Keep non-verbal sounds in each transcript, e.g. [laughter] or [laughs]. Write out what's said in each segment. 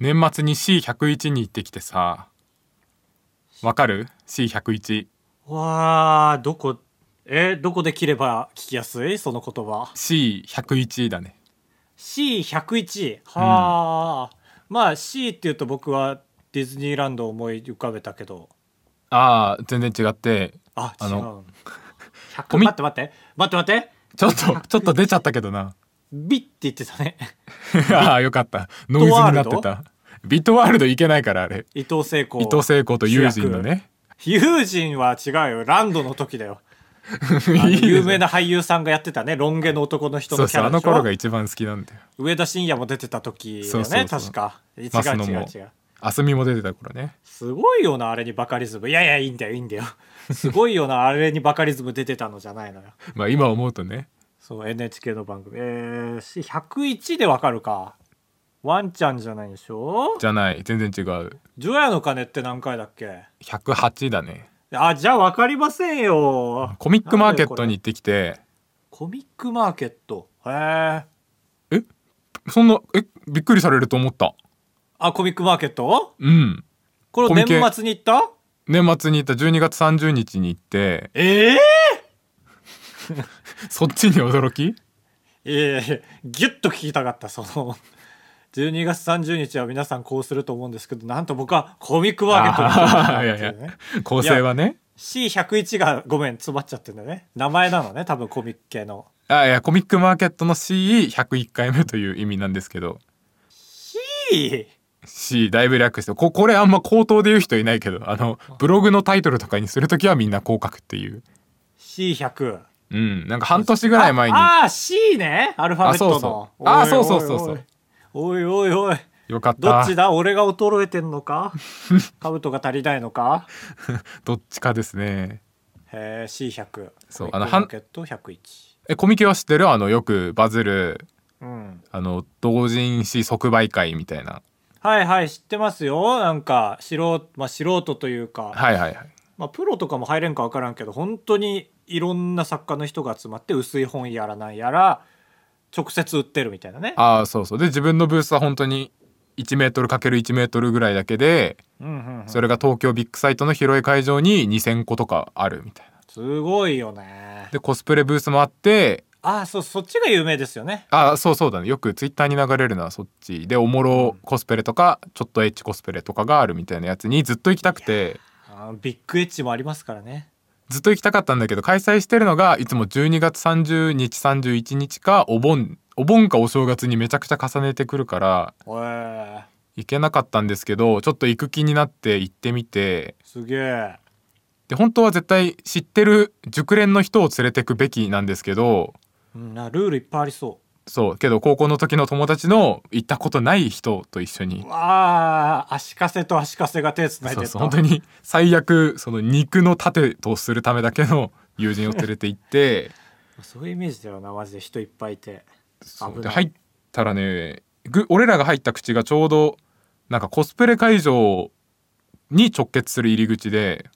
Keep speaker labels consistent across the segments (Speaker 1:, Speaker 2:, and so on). Speaker 1: 年末に C101 に行ってきてさわかる ?C101
Speaker 2: わあどこえどこで切れば聞きやすいその言葉
Speaker 1: C101 だね
Speaker 2: C101 はあ、まあ C っていうと僕はディズニーランドを思い浮かべたけど
Speaker 1: ああ全然違って
Speaker 2: あ違
Speaker 1: あ
Speaker 2: う
Speaker 1: の
Speaker 2: 100
Speaker 1: コミ
Speaker 2: 待って待って待って待って
Speaker 1: ちょっ [laughs] とちょっと出ちゃったけどな
Speaker 2: ビッて言ってたね
Speaker 1: [laughs]
Speaker 2: [laughs]
Speaker 1: ああよかったノイズになってたビットワールド行けないからあれ
Speaker 2: 伊藤聖子
Speaker 1: 伊藤聖子と友人のね
Speaker 2: 友人は違うよランドの時
Speaker 1: [laughs]
Speaker 2: だよあの
Speaker 1: いいですね
Speaker 2: 有名な俳優さんがやってたねロン毛の男の人
Speaker 1: そ
Speaker 2: の
Speaker 1: う
Speaker 2: キ
Speaker 1: そう
Speaker 2: ャ
Speaker 1: あ
Speaker 2: ラで
Speaker 1: の
Speaker 2: しょ
Speaker 1: 頃が一番好きなんだよ
Speaker 2: 上田晋也も出てた時だよね
Speaker 1: そうそうそう
Speaker 2: 確か違う
Speaker 1: 増野
Speaker 2: 違
Speaker 1: も
Speaker 2: う違う
Speaker 1: あすみも出てた頃ね
Speaker 2: すごいよなあれにバカリズムいやいやいいんだよいいんだよすごいよなあれにバカリズム出てたのじゃないのよ
Speaker 1: まあ今思うとね
Speaker 2: そう NHK の番組えー、し101でわかるかワンちゃんじゃないでしょ
Speaker 1: じゃない全然違う
Speaker 2: 除夜の鐘って何回だっけ
Speaker 1: 108だね
Speaker 2: あじゃあわかりませんよ
Speaker 1: コミックマーケットに行ってきて
Speaker 2: コミックマーケットへえ
Speaker 1: そんなえびっくりされると思った
Speaker 2: あコミックマーケット
Speaker 1: うん
Speaker 2: これ
Speaker 1: コミケ
Speaker 2: 年末に行った
Speaker 1: 年末に行った12月30日に行って
Speaker 2: ええ
Speaker 1: そっちに驚き
Speaker 2: いやいやいやギュッと聞きたかったその12月30日は皆さんこうすると思うんですけどなんと僕はコミックマーケットに行ったんだっていう
Speaker 1: [laughs] あーい
Speaker 2: ね
Speaker 1: やい構成はね
Speaker 2: C101 がごめん詰まっちゃってんだね名前なのね多分コミック系の
Speaker 1: あいやコミックマーケットの CE101 回目という意味なんですけど
Speaker 2: C
Speaker 1: C だいぶ略してここれあんま口頭で言う人いないけどあのブログのタイトルとかにするときはみんなこう書くっていう
Speaker 2: C100
Speaker 1: うんなんか半年ぐらい前に
Speaker 2: ああー C ねアルファベットの
Speaker 1: あそうそうあーそうそ
Speaker 2: おいおい
Speaker 1: うそうそう
Speaker 2: おいおいおいおい
Speaker 1: よかっ
Speaker 2: ど
Speaker 1: た
Speaker 2: っちだ俺が衰えてんのか兜が足りないのか
Speaker 1: どっちかですね
Speaker 2: へえ C100
Speaker 1: そう
Speaker 2: コミ
Speaker 1: あの
Speaker 2: ックマーケット101
Speaker 1: えコミケは知ってるあのよくバズる
Speaker 2: うん
Speaker 1: あの同人誌即売会みたいな
Speaker 2: はいはい知ってますよなんか素人,、まあ、素人というか、
Speaker 1: はいはいはい
Speaker 2: まあ、プロとかも入れんか分からんけど本当にいろんな作家の人が集まって薄い本やらなんやら直接売ってるみたいなね
Speaker 1: ああそうそうで自分のブースは本当に1メートル ×1 メートルぐらいだけで
Speaker 2: うんうんうん
Speaker 1: それが東京ビッグサイトの広い会場に2,000個とかあるみたいな
Speaker 2: すごいよね
Speaker 1: でコスプレブースもあって
Speaker 2: ああそうそっちが有名ですよね
Speaker 1: あそうそうだねよくツイッターに流れるのはそっちでおもろコスプレとかちょっとエッチコスプレとかがあるみたいなやつにずっと行きたくて
Speaker 2: あービッグエッジもありますからね
Speaker 1: ずっと行きたかったんだけど開催してるのがいつも12月30日31日かお盆お盆かお正月にめちゃくちゃ重ねてくるから
Speaker 2: おえ
Speaker 1: 行けなかったんですけどちょっと行く気になって行ってみて
Speaker 2: すげえ
Speaker 1: で本当は絶対知ってる熟練の人を連れてくべきなんですけど
Speaker 2: うんなルールいっぱいありそ
Speaker 1: そうけど高校の時の友達の行ったことない人と一緒に
Speaker 2: うわあ足かせと足かせが手つないで
Speaker 1: そうそ
Speaker 2: た
Speaker 1: う本当に最悪その肉の盾とするためだけの友人を連れて行って [laughs]
Speaker 2: そういうイメージだよなマジで人いっぱいいて
Speaker 1: そう
Speaker 2: 危
Speaker 1: で
Speaker 2: ない
Speaker 1: 入ったらねぐ俺らが入った口がちょうどなんかコスプレ会場に直結する入り口で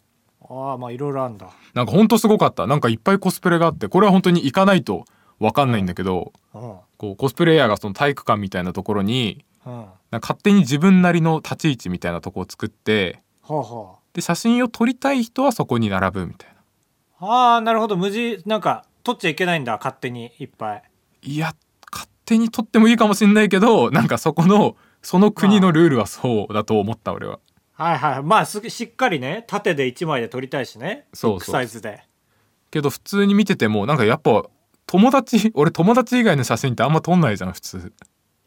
Speaker 2: ああまあいろいろあんだ
Speaker 1: なんかほんとすごかったなんかいっぱいコスプレがあってこれは本当に行かないと分かんないんだけど、
Speaker 2: うん
Speaker 1: こうコスプレイヤーがその体育館みたいなところに
Speaker 2: うんは
Speaker 1: なんか勝手に自分なりの立ち位置みたいなとこを作って
Speaker 2: あは
Speaker 1: で写真を撮りたい人はそこに並ぶみたいな。
Speaker 2: あああなるほど無事なんか取っちゃいけないんだ勝手にいっぱい
Speaker 1: いや勝手に撮ってもいいかもしんないけどなんかそこのその国のルールはそうだと思った俺は
Speaker 2: はいはいまあすしっかりね縦で1枚で取りたいしね
Speaker 1: そうそう
Speaker 2: ビッグサイズで
Speaker 1: けど普通に見ててもなんかやっぱ友達俺友達以外の写真ってあんま撮んないじゃん普通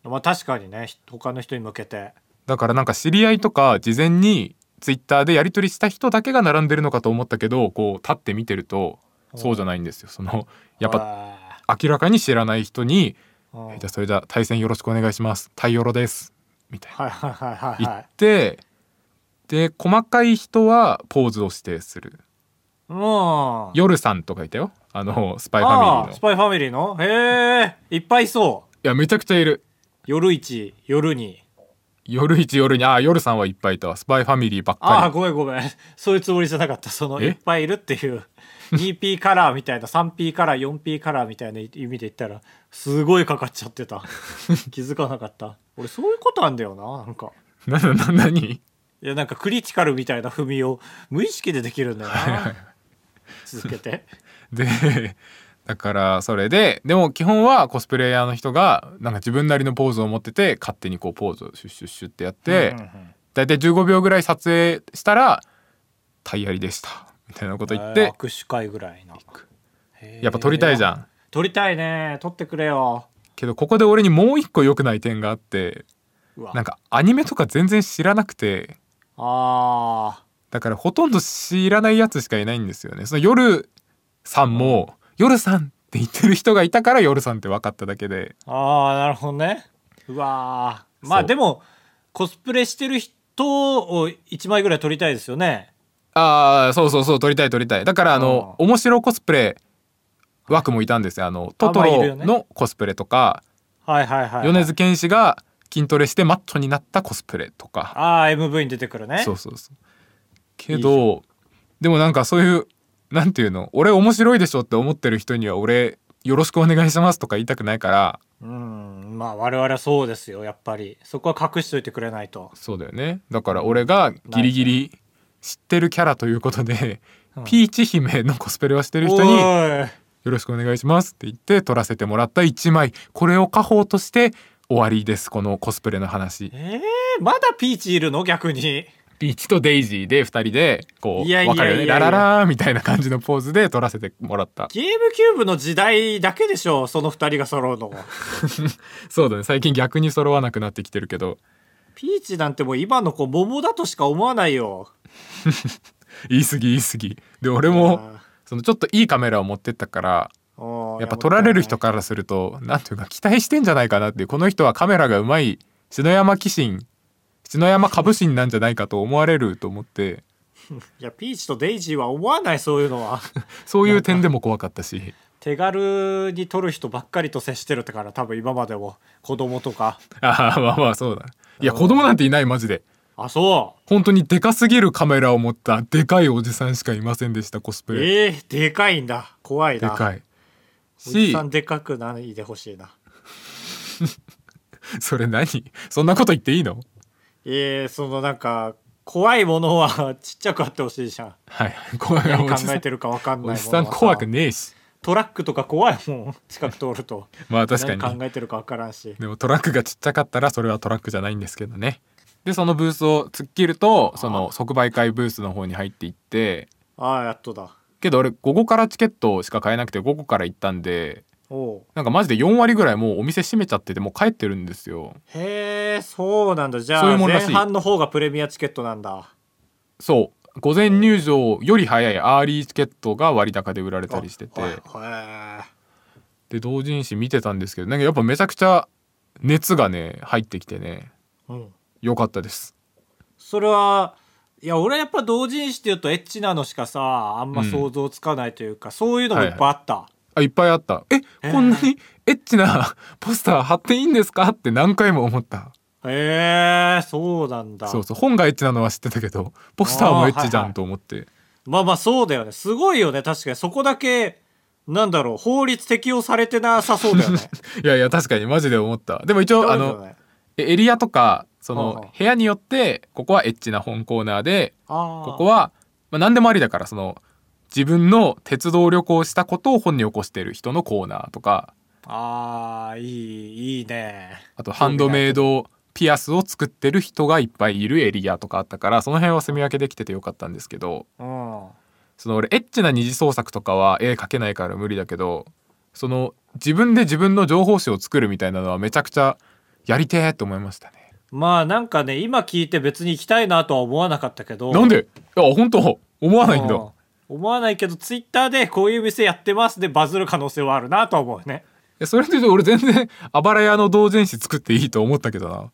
Speaker 2: まあ確かにねひ他の人に向けて
Speaker 1: だからなんか知り合いとか事前にツイッターでやり取りした人だけが並んでるのかと思ったけどこう立って見てるとそうじゃないんですよそのやっぱ
Speaker 2: ぱ
Speaker 1: 明らかに知らない人に「えじゃあそれじゃあ対戦よろしくお願いします対ヨロです」みたいな
Speaker 2: はいはいはいはい
Speaker 1: 言
Speaker 2: は
Speaker 1: っ
Speaker 2: い
Speaker 1: てで細かい人はポーズを指定する
Speaker 2: うん
Speaker 1: 夜さんとかいたよあのスパイファミ
Speaker 2: あ
Speaker 1: リーの
Speaker 2: あス
Speaker 1: い
Speaker 2: パイファミリーのへえいっぱいいそう
Speaker 1: やめちゃくちゃいる
Speaker 2: 夜1夜2
Speaker 1: 夜一夜にあ夜さんはいっぱいいたわスパイファミリーばっ
Speaker 2: あ
Speaker 1: か
Speaker 2: あごめんごめん [laughs] そういうつもりじゃなかったその
Speaker 1: え
Speaker 2: いっぱいいるっていう [laughs] 2P カラーみたいな 3P カラー 4P カラーみたいな意味で言った [laughs] らすごいかかっちゃってた気づかなかった俺そういうことあんだよななんか
Speaker 1: ななな何
Speaker 2: いやなんかクリティカルみたいな踏みを無意識でできるんだよ
Speaker 1: はいはい
Speaker 2: な続
Speaker 1: [laughs]
Speaker 2: けて
Speaker 1: でだからそれででも基本はコスプレイヤーの人がなんか自分なりのポーズを持ってて勝手にこうポーズをシュッシュッシュッってやって、
Speaker 2: うんうんうん
Speaker 1: 大体15秒ぐらい撮影したら「タイヤリでした」みたいなこと言っ
Speaker 2: えー
Speaker 1: て
Speaker 2: 握手会ぐらいな
Speaker 1: やっぱ撮りたいじゃ
Speaker 2: ん
Speaker 1: ん。
Speaker 2: 撮りたいね撮ってくれよ
Speaker 1: けどここで俺にもう一個良くない点があって
Speaker 2: うわ
Speaker 1: なんかアニメとか全然知らなくて
Speaker 2: あ
Speaker 1: だからほとんど知らないやつしかいないんですよね。その夜さんも「夜さん」って言ってる人がいたから「夜さん」って分かっただけで
Speaker 2: ーあーなるほどねうわーまあ
Speaker 1: そう
Speaker 2: でもコスプレしてる人を1枚ぐらい撮りたいですよね
Speaker 1: ああそうそうそう撮りたい撮りたいだからあの面白コスプレ枠もいたんですよあのトト
Speaker 2: まあいるよ
Speaker 1: ロ
Speaker 2: ね
Speaker 1: のコスプレとか、
Speaker 2: はいはいはい、はい、
Speaker 1: 米津玄師が筋トレしてマッチョになったコスプレとか
Speaker 2: ああ MV に出てくるね
Speaker 1: そうそうそうけどでもなんかそういうなんていうの俺面白いでしょって思ってる人には俺よろしくお願いしますとか言いたくないから
Speaker 2: うんまあ我々はそうですよやっぱりそこは隠しといてくれないと
Speaker 1: そうだよねだから俺がギリギリ知ってるキャラということで、
Speaker 2: ん
Speaker 1: ピーチ姫のコスプレをしてる人
Speaker 2: お
Speaker 1: に
Speaker 2: ーい
Speaker 1: よろしくお願いしますって言って撮らせてもらった1枚これを家宝として終わりですこのコスプレの話
Speaker 2: えー、まだピーチいるの逆に
Speaker 1: ピーチとデイジーで2人でこう
Speaker 2: いやいや
Speaker 1: 分かるよね
Speaker 2: いや
Speaker 1: ラ
Speaker 2: いや
Speaker 1: ララーみたいな感じのポーズで撮らせてもらった
Speaker 2: ゲームキューブの時代だけでしょその二人が揃うの
Speaker 1: そうだね最近逆に揃わなくなってきてるけど
Speaker 2: ピーチなんてもう今の子桃だとしか思わないよ
Speaker 1: 言い過ぎ言い過ぎで俺もそのちょっといいカメラを持ってったからやっぱ撮られる人
Speaker 2: か
Speaker 1: からするとなんていうか期待してんじゃないかなっていうこの人はカメラがうまい篠山紀信篠山株信なんじゃないかと思われると思って
Speaker 2: いやピーチとデイジーは思わないそういうのは
Speaker 1: そういう点でも怖かったし
Speaker 2: 手軽に撮る人ばっかりと接してるから多分今までも子供とか
Speaker 1: ああまあまあそうだいや子供なんていないマジで
Speaker 2: あそ
Speaker 1: 本当にでかすぎるカメラを持ったでかいおじさんしかいませんでしたコスプ
Speaker 2: う
Speaker 1: レ
Speaker 2: えー、でかいんだ怖い
Speaker 1: で
Speaker 2: な
Speaker 1: かい
Speaker 2: おじ
Speaker 1: し
Speaker 2: さんでかくないでほしいな
Speaker 1: それ何そんなこと言っていいの
Speaker 2: えー、そのなんか怖いものは [laughs] ちっちゃくあってほしいじゃん
Speaker 1: はい怖い
Speaker 2: 何
Speaker 1: お
Speaker 2: 考
Speaker 1: じさ
Speaker 2: え
Speaker 1: ん
Speaker 2: てるかわかんないも
Speaker 1: お
Speaker 2: のは
Speaker 1: じ
Speaker 2: さ
Speaker 1: さん怖くねえし
Speaker 2: トラックとか怖いもん近く通ると
Speaker 1: まあ [laughs] 確かに
Speaker 2: 何考えてるかわからんし
Speaker 1: でもトラックがちっちゃかったらそれはトラックじゃないんですけどねでそのブースを突っ切るとその即売会ブースの方に入っていって
Speaker 2: ああやっとだ
Speaker 1: けど俺午後からチケットしか買えなくて午後から行ったんで
Speaker 2: おう
Speaker 1: なんかマジで4割ぐらいもうお店閉めちゃっててもう帰ってるんですよ
Speaker 2: へえそうなんだじゃ
Speaker 1: そうい
Speaker 2: あ
Speaker 1: うもん
Speaker 2: 前
Speaker 1: らしい
Speaker 2: 半の方がプレミアチケットなんだ
Speaker 1: そう午前入場より早いアーリーチケットが割高で売られたりしてて
Speaker 2: あはいへ
Speaker 1: で同人誌見てたんですけどなんかやっぱめちゃくちゃ熱がね入ってきてね
Speaker 2: えうん
Speaker 1: 良かったです
Speaker 2: それはいや俺はやっぱ同人誌っていうとエッチなのしかさあんま想像つかないというか、そういうのもいっぱいあった、
Speaker 1: あいっぱいあったえ
Speaker 2: えー
Speaker 1: こんなにエッチな [laughs] ポスター貼っていいんですかって何回も思った
Speaker 2: へえそうなんだ
Speaker 1: そうそう本がエッチなのは知ってたけどポスターもエッチじゃ
Speaker 2: あーはいはい
Speaker 1: んと思って、
Speaker 2: まあまあそうだよねすごいよね確かにそこだけなんだろう法律適用されてなさそうだ
Speaker 1: [laughs]
Speaker 2: よね
Speaker 1: いやいや確かにマジで思ったでも一応あ
Speaker 2: そうだ
Speaker 1: の
Speaker 2: よね
Speaker 1: えエリアとかそ
Speaker 2: うんう
Speaker 1: の
Speaker 2: ん
Speaker 1: 部屋によってここはエッチな本コーナーで
Speaker 2: あ
Speaker 1: こ
Speaker 2: ー
Speaker 1: こは、まあ、何でもありだからその自分の鉄道旅行したことを本に起こしてる人のコーナーとか
Speaker 2: ああいいいいね
Speaker 1: あとハンドメイドピアスを作ってる人がいっぱいいるエリアとかあったからその辺は住み分けできててよかったんですけど
Speaker 2: うん
Speaker 1: その俺エッチな二次創作とかは絵描けないから無理だけどその自分で自分の情報誌を作るみたいなのはめちゃくちゃやりてえと思いましたね。
Speaker 2: まあなんかね今聞いて別に行きたいなとは思わなかったけど
Speaker 1: なんでいや本当思わないん
Speaker 2: うん
Speaker 1: だ。
Speaker 2: 思わないけどツイッターでこういう店やってますでバズる可能性はあるなとは思うね
Speaker 1: えそれで言うと俺全然あばら屋の同人誌作っていいと思ったけどな。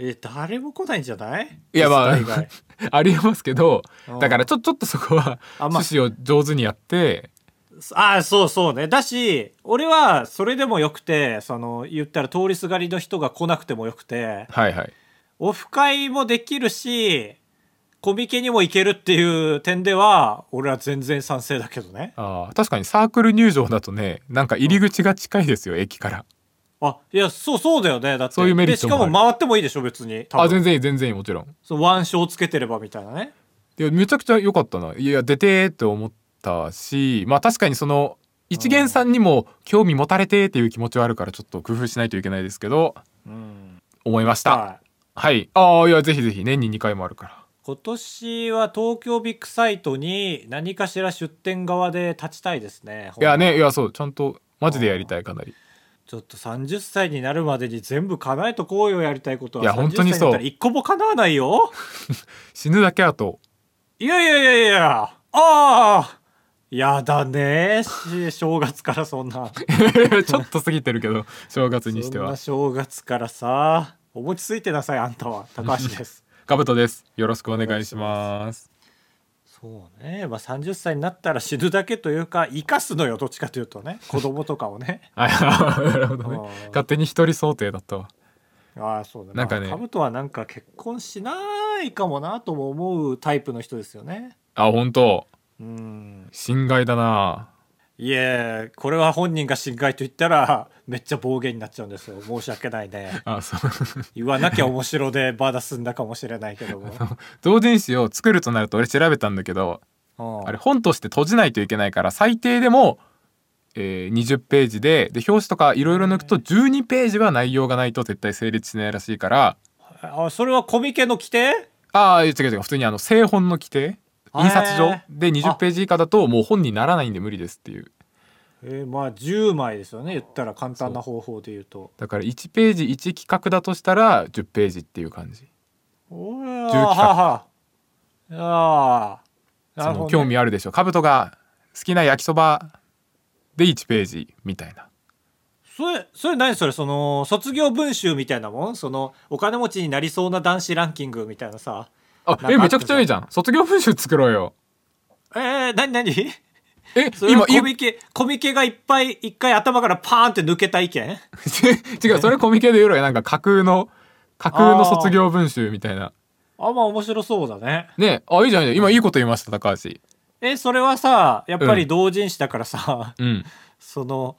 Speaker 2: え誰も来ないんじゃない
Speaker 1: いやまあ
Speaker 2: ツイッター以外
Speaker 1: [laughs] ありえますけど
Speaker 2: うん
Speaker 1: だからちょちょっとそこは
Speaker 2: あまあ
Speaker 1: 趣旨を上手にやって
Speaker 2: ああそうそうねだし俺はそれでもよくてその言ったら通りすがりの人が来なくてもよくて
Speaker 1: はいはい
Speaker 2: オフ会もできるしコミケにも行けるっていう点では俺は全然賛成だけどね
Speaker 1: あー確かにサークル入場だとねなんか入り口が近いですよ駅から
Speaker 2: あいやそうそうだよねだって
Speaker 1: そういうメリット
Speaker 2: でし
Speaker 1: もあ
Speaker 2: か
Speaker 1: る
Speaker 2: も回ってもいいでしょ別に多分
Speaker 1: あ全然いい全然いいもちろん
Speaker 2: そう腕章つけてればみたいなね
Speaker 1: いやめちゃくちゃ良かったないや出てーって思ったしまあ確かにその一元さんにも興味持たれてーっていう気持ちはあるからちょっと工夫しないといけないですけど
Speaker 2: うん
Speaker 1: 思いましたはい、
Speaker 2: はい
Speaker 1: ああいやぜひぜひ年に2回もあるから
Speaker 2: 今年は東京ビッグサイトに何かしら出店側で立ちたいですね
Speaker 1: いやねいやそうちゃんとマジでやりたいかなり
Speaker 2: ちょっと30歳になるまでに全部叶えとこうよやりたいことはい
Speaker 1: や本当にそう
Speaker 2: 30歳ったら一個も叶わないよ
Speaker 1: 死ぬだけあと
Speaker 2: いやいやいやいやああやだねし正月からそんな
Speaker 1: [laughs] ちょっと過ぎてるけど正月にして
Speaker 2: そんな
Speaker 1: は
Speaker 2: 正月からさお餅ついてなさいあんたは高橋です
Speaker 1: かぶとですよろしくお願いします
Speaker 2: そうねまあ30歳になったら死ぬだけというか生かすのよどっちかというとね子供とかを
Speaker 1: [laughs]
Speaker 2: ね
Speaker 1: あなるほどね
Speaker 2: あー
Speaker 1: 勝手に一人想定だったわ
Speaker 2: ああそうだ
Speaker 1: なんかね
Speaker 2: まあ兜はなんか結婚しないかもなとも思うタイプの人ですよね
Speaker 1: あ本当
Speaker 2: うん
Speaker 1: 心外だない
Speaker 2: えこれは本人が侵害と言ったらめっちゃ暴言になっちゃうんですよ申し訳ないね
Speaker 1: あそう [laughs]
Speaker 2: 言わなきゃ面白でバーダ済んだかもしれないけども、
Speaker 1: 同人誌を作るとなると俺調べたんだけど
Speaker 2: うん
Speaker 1: あれ本として閉じないといけないから最低でも、えー20ページでで表紙とかいろいろ抜くと12ページは内容がないと絶対成立しないらしいから
Speaker 2: あそれはコミケの規定
Speaker 1: ああ違う違う普通にあの製本の規定印刷所で20ページ以下だともう本にならないんで無理ですっていう
Speaker 2: えーまあ10枚ですよね言ったら簡単な方法で言うと
Speaker 1: だから1ページ1企画だとしたら10ページっていう感じ
Speaker 2: お
Speaker 1: 重機か
Speaker 2: はあはああ
Speaker 1: そ
Speaker 2: ーなるほど
Speaker 1: の
Speaker 2: ね
Speaker 1: 興味あるでしょ兜が好きな焼きそばで1ページみたいな
Speaker 2: それそれ何それその卒業文集みたいなもんそのお金持ちになりそうな男子ランキングみたいなさ
Speaker 1: あ
Speaker 2: なん
Speaker 1: え
Speaker 2: か
Speaker 1: めちゃくちゃいいじゃん卒業文集作ろうよ
Speaker 2: えー、何何
Speaker 1: え
Speaker 2: それ
Speaker 1: 今
Speaker 2: はい
Speaker 1: い
Speaker 2: コミケコミケがいっぱい一回頭からパーンって抜けた意見
Speaker 1: [laughs] 違うそれコミケで言うよりなんか架空の架空の卒業文集みたいな
Speaker 2: あまあ面白そうだね
Speaker 1: ねあいいじゃんいいじゃん今いいこと言いました高橋
Speaker 2: えそれはさやっぱ
Speaker 1: う
Speaker 2: り
Speaker 1: ん
Speaker 2: 同人誌だからさ、 [laughs]
Speaker 1: うん [laughs]
Speaker 2: その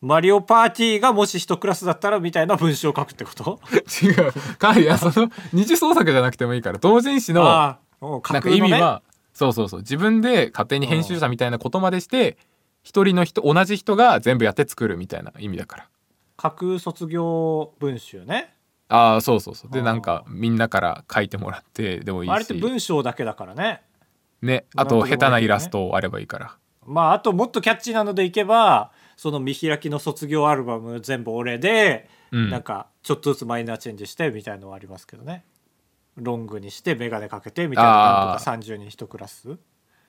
Speaker 2: マリオパーティーがもし一クラスだったらみたいな文章を書くってこと
Speaker 1: 違うかいやその二次創作じゃなくてもいいから同人誌の
Speaker 2: ああもう
Speaker 1: な
Speaker 2: 架
Speaker 1: んか
Speaker 2: 空
Speaker 1: 意
Speaker 2: の、
Speaker 1: 味
Speaker 2: ね、
Speaker 1: はそうそうそう自分で勝手に編集者みたいなことまでして一人の人同じ人が全部やって作るみたいな意味だから
Speaker 2: 架空卒業文集ね
Speaker 1: ああそうそうそうで
Speaker 2: あー
Speaker 1: なんかみんなから書いてもらってでもいいし
Speaker 2: あれって文章だけだからね
Speaker 1: ね
Speaker 2: な
Speaker 1: あ
Speaker 2: んと
Speaker 1: と
Speaker 2: でもないけどね
Speaker 1: 下手なイラストあればいいから
Speaker 2: まああともっとキャッチーなのでいけばその見開きの卒業アルバム全部俺で、
Speaker 1: うん
Speaker 2: なんかちょっとずつマイナーチェンジしてみたいのはありますけどねロングにしてメガネかけてみたいななん
Speaker 1: あ
Speaker 2: と
Speaker 1: ー
Speaker 2: か30人1クラス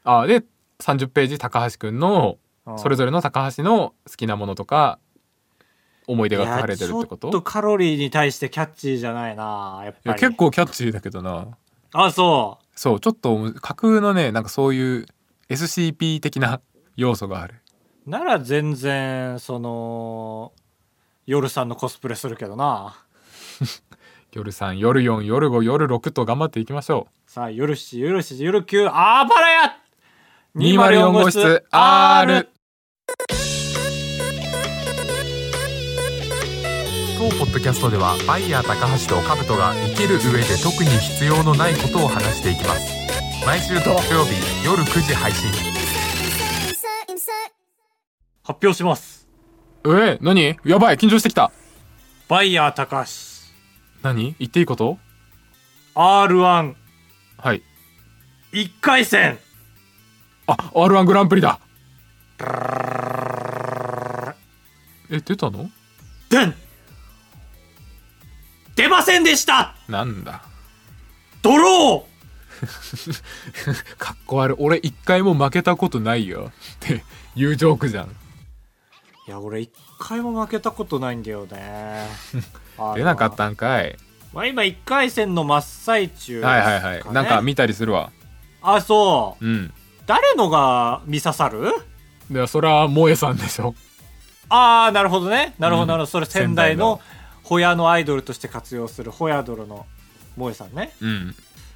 Speaker 1: ああで30ページ高橋くんの
Speaker 2: うん
Speaker 1: それぞれの高橋の好きなものとか思い出が書かれてるってこ
Speaker 2: いやちょっと
Speaker 1: と
Speaker 2: カロリーに対してキャッチーじゃないなやっ
Speaker 1: い
Speaker 2: ぱ
Speaker 1: や
Speaker 2: り
Speaker 1: 結構キャッチーだけどな
Speaker 2: あそ
Speaker 1: そうちょっと架空のねなんかそういう SCP 的な要素がある
Speaker 2: うなら全然その夜さんのコスプレするけどな
Speaker 1: 夜3夜4夜5夜6と頑張っていきましょ
Speaker 2: さあ夜7夜7夜9あばらや
Speaker 1: う204号室 R 当ポッドキャストではバイヤー高橋とカブトが生きる上で特に必要のないことを話していきます毎週土曜日夜9時配信
Speaker 3: insert, insert.
Speaker 2: 発表します
Speaker 1: え何やばい緊張してきた
Speaker 2: バイヤー高橋
Speaker 1: 何言っていいこと
Speaker 2: R11
Speaker 1: はい
Speaker 2: 回戦
Speaker 1: あ R1 グランプリだえ出たの
Speaker 2: でん出ませんでした
Speaker 1: なんだ [laughs]
Speaker 2: ドロ
Speaker 1: かっこ悪い俺一回も負けたことないよっていうジョークじゃん
Speaker 2: ーいや俺一回も負けたことないんだよ
Speaker 1: [laughs]
Speaker 2: ね
Speaker 1: 出なかったんかい
Speaker 2: まあ今1回戦の真っ最中ですか
Speaker 1: は
Speaker 2: ね、
Speaker 1: いはいはい、なんか見たりするわ
Speaker 2: あそう
Speaker 1: うん
Speaker 2: 誰のが見刺さる
Speaker 1: でそれは萌えさんでしょ
Speaker 2: ああなるほどねなるほどなるほ
Speaker 1: う
Speaker 2: ど、
Speaker 1: ん
Speaker 2: それ仙台
Speaker 1: 仙台
Speaker 2: の
Speaker 1: の
Speaker 2: ホヤのアイドルとして活用するホヤドロの萌えさんね
Speaker 1: うん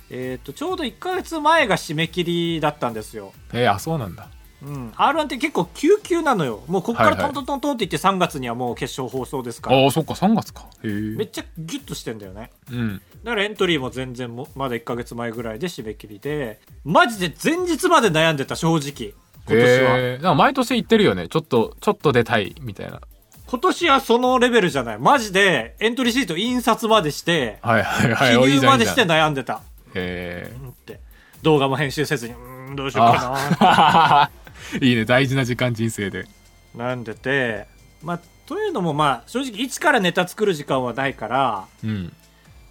Speaker 2: えっ、とちょうど1ヶ月前が締め切りだったんですよ
Speaker 1: えーあそうなんだ
Speaker 2: ううん、r 1って結構急急なのよもうここから
Speaker 1: はいは
Speaker 2: ト
Speaker 1: い
Speaker 2: ントントントンっていって3月にはもう決勝放送ですから、
Speaker 1: ああそっか3月かへえ
Speaker 2: めっちゃギュッとしてんだよね
Speaker 1: うん
Speaker 2: だからエントリーも全然もまだ1ヶ月前ぐらいで締め切りでマジで前日まで悩んでた正直今年は、
Speaker 1: へーなんか毎年言ってるよねちょっとちょっと出たいみたいな
Speaker 2: 今年はそのレベルじゃないマジでエントリーシート印刷までして
Speaker 1: はいはい
Speaker 2: [laughs]
Speaker 1: はいおい
Speaker 2: 記
Speaker 1: い
Speaker 2: 入
Speaker 1: じゃ
Speaker 2: ま
Speaker 1: んい
Speaker 2: で
Speaker 1: いじゃ
Speaker 2: し
Speaker 1: ん
Speaker 2: て悩んでた
Speaker 1: へ
Speaker 2: うんって動画も編集せずにうーんどうしようか
Speaker 1: え [laughs] いいね大事な時間人生で
Speaker 2: な悩んでてまあというのもまあ正直一からネタ作る時間はないから
Speaker 1: うん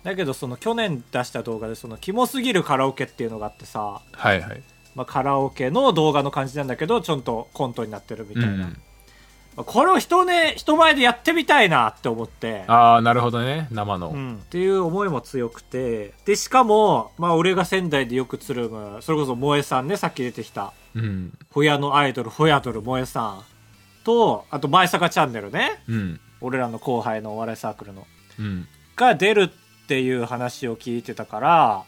Speaker 2: だけどその去年出した動画でそのキモすぎるカラオケっていうのがあってさ、
Speaker 1: はいはい
Speaker 2: まあ、カラオケの動画の感じなんだけどちょっとコントになってるみた
Speaker 1: う
Speaker 2: い
Speaker 1: ん
Speaker 2: な、
Speaker 1: うん
Speaker 2: まあこれを人,、ね、人前でやってみたいなって思って
Speaker 1: ああなるほどね生の、
Speaker 2: うん、っていう思いも強くてでしかも、まあ、俺が仙台でよくつるむそれこそ萌えさんねさっき出てきた
Speaker 1: うん
Speaker 2: ホヤのアイドルホヤドル萌えさんとあと前坂チャンネルね
Speaker 1: うん
Speaker 2: 俺らの後輩のお笑いサークルの
Speaker 1: うん
Speaker 2: が出るっていう話を聞いてたから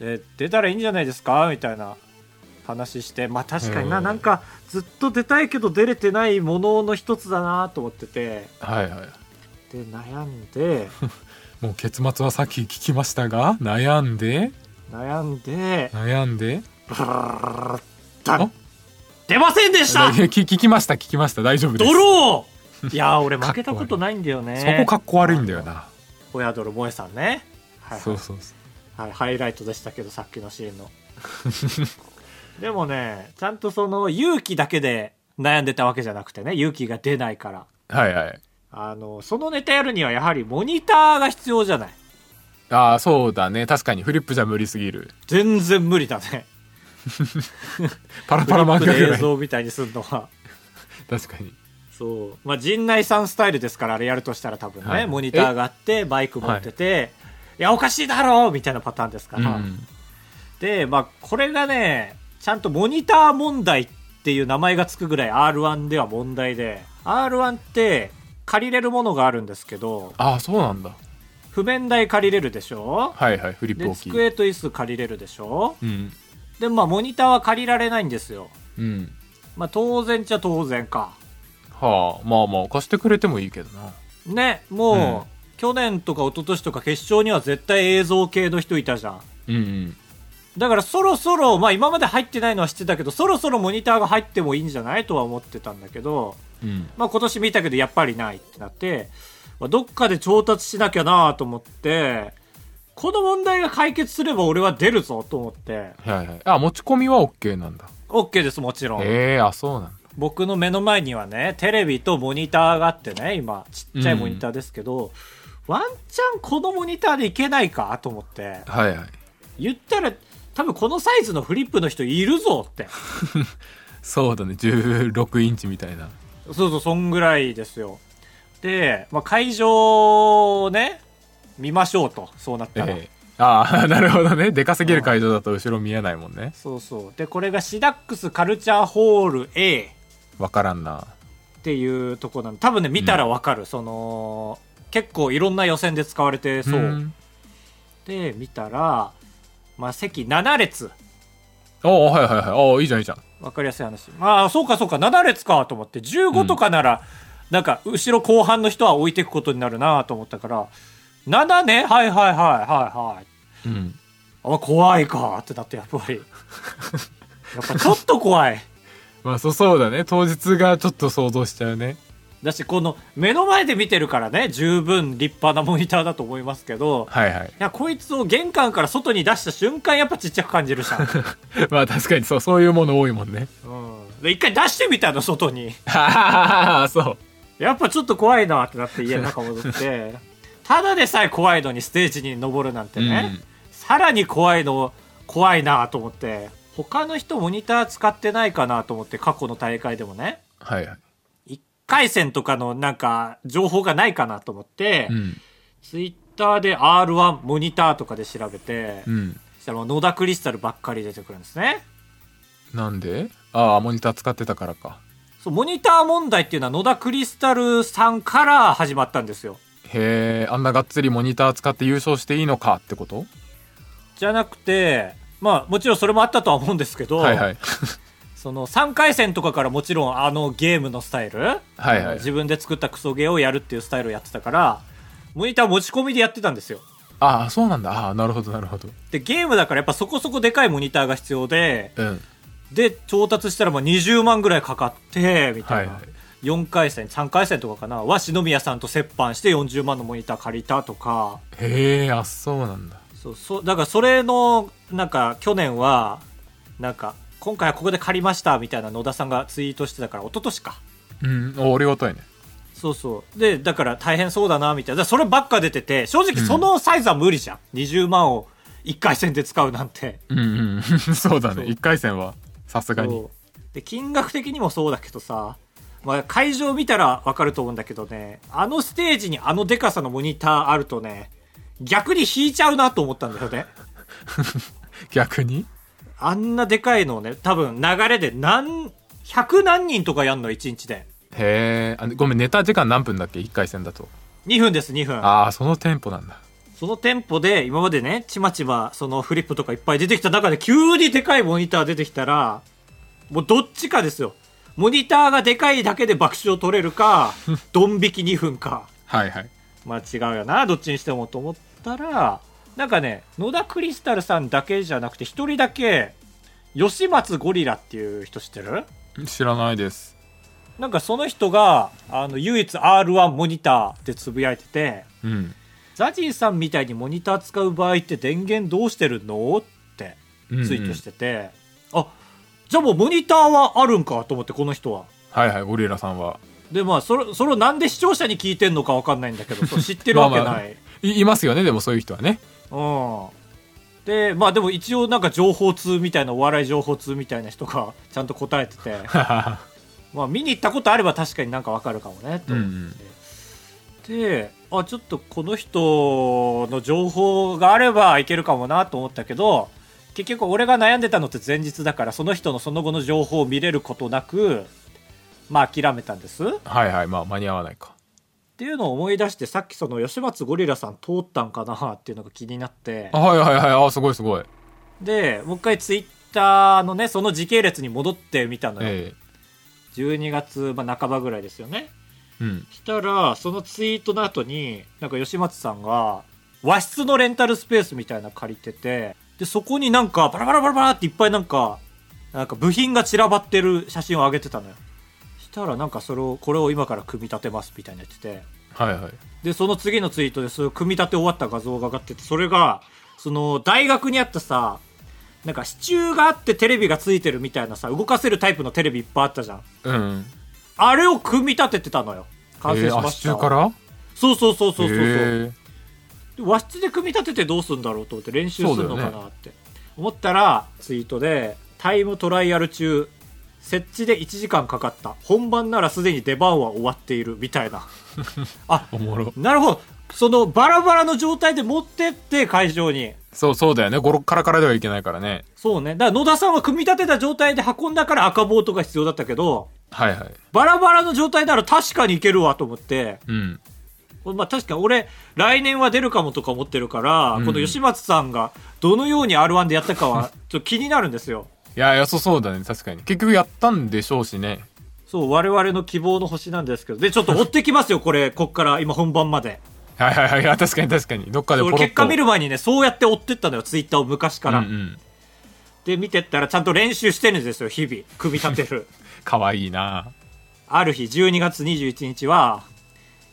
Speaker 2: で出たらいいんじゃないですかみたいな話してまあ確かにな
Speaker 1: うん
Speaker 2: なんかずっと出たいけど出れてないものの一つだなと思ってて
Speaker 1: はいはい
Speaker 2: で悩んで
Speaker 1: もう結末はさっき聞きましたが悩んで
Speaker 2: 悩んで
Speaker 1: 悩んで
Speaker 2: ブルルルルルルダン出ませんでした
Speaker 1: [laughs] 聞聞きました聞きました大丈夫です
Speaker 2: ドローいやー俺負けたことないんだよね
Speaker 1: そこかっこ悪いんだよな、
Speaker 2: 親ドル萌えさんねはい
Speaker 1: そうそうそ
Speaker 2: はい、ハイライトでしたけどさっきのシーンのでもねちゃんとその勇気だけで悩んでたわけじゃなくてね勇気が出ないから
Speaker 1: うはいはい
Speaker 2: あのそのネタやるにはやはりモニターが必要じゃない
Speaker 1: ああそうだね確かにフリップじゃ無理すぎる
Speaker 2: 全然無理だね
Speaker 1: パラ
Speaker 2: フ
Speaker 1: パラ漫
Speaker 2: リッ
Speaker 1: 画
Speaker 2: プ
Speaker 1: ぐ
Speaker 2: で
Speaker 1: ら
Speaker 2: 映
Speaker 1: い
Speaker 2: 像みたいにするのは
Speaker 1: 確かに
Speaker 2: そうまあ陣内さんスタイルですからあれやるとしたら多分ね、
Speaker 1: はい
Speaker 2: モニターがあってバイク持ってて、い、やおかしいだろうみたいなパターンですから、
Speaker 1: うん
Speaker 2: でまあこれがねちゃんとモニター問題っていう名前がつくぐらい r 1では問題で r 1って借りれるものがあるんですけど
Speaker 1: ああそうなんだ
Speaker 2: 譜面台借りれるでしょ
Speaker 1: はいはいフリップ
Speaker 2: で
Speaker 1: 大きい
Speaker 2: 机と椅子借りれるでしょ
Speaker 1: うん
Speaker 2: でまあモニターは借りられないんですよ
Speaker 1: うん
Speaker 2: まあ当然っちゃ当然か
Speaker 1: はあまあまあ貸してくれてもいいけどな
Speaker 2: ねもう、去年とか一昨年とか決勝には絶対映像系の人いたじゃん
Speaker 1: うんうん
Speaker 2: だからそろそろまあ今まで入ってないのは知ってたけどそろそろモニターが入ってもいいんじゃないとは思ってたんだけど
Speaker 1: うん
Speaker 2: まあ、今年見たけどやっぱりないってなって、まあどっかで調達しなきゃなと思ってこの問題が解決すれば俺は出るぞと思って
Speaker 1: はいはいあ持ち込みは OK なんだ
Speaker 2: OK ですもちろん、
Speaker 1: ええあそうなんだ
Speaker 2: 僕の目の前にはねテレビとモニターがあってね今ちっちゃいモニターですけど、ワンチャンこのモニターでいけないかと思って
Speaker 1: はいはい
Speaker 2: 言ったら多分このサイズのフリップの人いるぞって
Speaker 1: そうだね16インチみたいな
Speaker 2: そうそうそんぐらいですよで、まあ、会場をね見ましょうとそうなったら、
Speaker 1: ええああなるほどねでかすぎる会場だと後ろ見えないもんね
Speaker 2: そうそうでこれがシダックスカルチャーホール A
Speaker 1: わからんな
Speaker 2: っていうとこなんで多分ね見たらわかる、その結構いろんな予選で使われてそう、
Speaker 1: ん
Speaker 2: で見たら、まあ、席7列
Speaker 1: ああはいはいはいああいいじゃんいいじゃん
Speaker 2: わかりやすい話ああそうかそうか7列かと思って15とかなら、なんか後ろ後半の人は置いていくことになるなと思ったから7ねはいはいはいはいはい
Speaker 1: うん
Speaker 2: あ怖いかってなってやっ [laughs] ぱりやっぱちょっと怖い
Speaker 1: まあそそうだね当日がちょっと想像しちゃうね
Speaker 2: だしこの目の前で見てるからね十分立派なモニターだと思いますけど
Speaker 1: はいはい
Speaker 2: いやこいつを玄関から外に出した瞬間やっぱちっちゃく感じるじゃん、
Speaker 1: [laughs] まあ確かにそうそういうもの多いもんね
Speaker 2: うん、で一回出してみたの外に
Speaker 1: ああ [laughs] そう
Speaker 2: やっぱちょっと怖いなってなって家の中戻ってただでさえ怖いのにステージに登るなんてね、
Speaker 1: うん
Speaker 2: さらに怖いの怖いなと思って他の人モニター使ってないかなと思って過去の大会でもね
Speaker 1: はいはい
Speaker 2: 1回戦とかのなんか情報がないかなと思って、
Speaker 1: うん
Speaker 2: ツイッターで R1 モニターとかで調べて、
Speaker 1: うん
Speaker 2: そしたらもう野田クリスタルばっかり出てくるんですね。
Speaker 1: なんでああモニター使ってたからか
Speaker 2: そう、モニター問題っていうのは野田クリスタルさんから始まったんですよ。
Speaker 1: へえあんながっつりモニター使って優勝していいのかってこと
Speaker 2: じゃなくて、まあもちろんそれもあったとは思うんですけど、
Speaker 1: はいはい
Speaker 2: その3回戦とかからもちろんあのゲームのスタイル、
Speaker 1: はいはい
Speaker 2: 自分で作ったクソゲーをやるっていうスタイルをやってたからモニター持ち込みでやってたんですよ
Speaker 1: ああそうなんだああなるほどなるほど
Speaker 2: でゲームだからやっぱそこそこでかいモニターが必要で
Speaker 1: うん
Speaker 2: で調達したらまあ20万ぐらいかかってみたいな、
Speaker 1: はいはい
Speaker 2: 4回戦3回戦とかかなは篠宮さんと折半して40万のモニター借りたとか
Speaker 1: へえあそうなんだ
Speaker 2: そうそうだからそれのなんか去年はなんか今回はここで借りましたみたいな野田さんがツイートしてたから一昨年か
Speaker 1: うんおありがたいね
Speaker 2: そうそうでだから大変そうだなみたいなだからそればっか出てて正直そのサイズは無理じゃん、20万を1回戦で使うなんて
Speaker 1: うん [laughs] うんそうだね
Speaker 2: そう
Speaker 1: 1回戦はさすがに
Speaker 2: そうで金額的にもそうだけどさ、まあ、会場見たら分かると思うんだけどねあのステージにあのデカさのモニターあるとね逆に引いちゃうなと思ったんだよね
Speaker 1: 逆に
Speaker 2: あんなでかいのをね多分流れで何百何人とかやんの1日で
Speaker 1: へえごめんネタ時間何分だっけ1回戦だと
Speaker 2: 2分です2分
Speaker 1: ああそのテンポなんだ
Speaker 2: そのテンポで今までねちまちまそのフリップとかいっぱい出てきた中で急にでかいモニター出てきたらもうどっちかですよモニターがでかいだけで爆笑取れ
Speaker 1: [laughs]
Speaker 2: るかドン引き2分か
Speaker 1: はいはい
Speaker 2: まあ違うよなどっちにしてもと思ったらなんかね野田クリスタルさんだけじゃなくて一人だけ吉松ゴリラっていう人知ってる
Speaker 1: 知らないです
Speaker 2: なんかその人があの唯一 R1 モニターってつぶやいてて
Speaker 1: うん
Speaker 2: ザジーさんみたいにモニター使う場合って電源どうしてるのってツイートしてて、あじゃあもうモニターはあるんかと思ってこの人は
Speaker 1: はいはいゴリラさんは
Speaker 2: でまあそれそれをなんで視聴者に聞いてんのかわかんないんだけどそう知ってるわけない
Speaker 1: まあまあいいますよねでもそういう人はね
Speaker 2: うんでまあでも一応なんか情報通みたいなお笑い情報通みたいな人がちゃんと答えててまあ見に行ったことあれば確かになんかわかるかもねと思って、であちょっとこの人の情報があればいけるかもなと思ったけど結局俺が悩んでたのって前日だからその人のその後の情報を見れることなくまあ諦めたんですっ
Speaker 1: [laughs] はいはいまあ間に合わないか
Speaker 2: ていうのを思い出してさっきその吉松ゴリラさん通ったんかなっていうのが気になって
Speaker 1: あはいはいはいあーすごいすごい
Speaker 2: でもう一回ツイッターのねその時系列に戻ってみたのよ、
Speaker 1: え
Speaker 2: 12月、まあ、半ばぐらいですよね
Speaker 1: えうん
Speaker 2: したらそのツイートの後になんか吉松さんが和室のレンタルスペースみたいなの借りててでそこになんかバラバラバラバラっていっぱいなんかなんか部品が散らばってる写真を上げてたのよしたらなんかそれをこれを今から組み立てますみたいなやってて
Speaker 1: はいはい
Speaker 2: でその次のツイートでそれを組み立て終わった画像が上がっててそれがその大学にあったさなんか支柱があってテレビがついてるみたいなさ動かせるタイプのテレビいっぱいあったじゃん
Speaker 1: うん
Speaker 2: あれを組み立ててたのよ完成し
Speaker 1: えー
Speaker 2: ま
Speaker 1: あ
Speaker 2: し
Speaker 1: 支
Speaker 2: た、
Speaker 1: 柱から
Speaker 2: そうそうそうそうそうそう、
Speaker 1: へ
Speaker 2: で和室で組み立ててどうするんだろうと思って練習するのか
Speaker 1: そうだ
Speaker 2: なって、思ったらツイートで「タイムトライアル中設置で1時間かかった本番ならすでに出番は終わっている」み
Speaker 1: [laughs]
Speaker 2: たいなあ
Speaker 1: えおもろ
Speaker 2: なるほどそのバラバラの状態で持ってって会場に
Speaker 1: そうそうだよねゴロカラカラではいけないからね
Speaker 2: そうねだから野田さんは組み立てた状態で運んだから赤棒とか必要だったけど
Speaker 1: はいはい
Speaker 2: バラバラの状態なら確かにいけるわと思って
Speaker 1: うん
Speaker 2: まあ確か俺、来年は出るかもとか思ってるから、
Speaker 1: うん
Speaker 2: この吉松さんがどのように R1 でやった
Speaker 1: [laughs]
Speaker 2: かは、ちょっと気になるんですよ。
Speaker 1: いや良さそうだね確かに結局やったんでしょうしね
Speaker 2: そう、我々の希望の星なんですけど。で、ちょっと追ってきますよ、これ、こっから、今本番まで。
Speaker 1: はいはいはいいや確かに確かにどっかでポロ
Speaker 2: 俺
Speaker 1: ッと
Speaker 2: 結果見る前にね、そうやって追ってったのよ、ツイッターを昔から。
Speaker 1: うんうん
Speaker 2: で、見てったらちゃんと練習してるんですよ、日々。組み立
Speaker 1: [laughs]
Speaker 2: てる。
Speaker 1: 可愛いな
Speaker 2: ある日、12月21日は、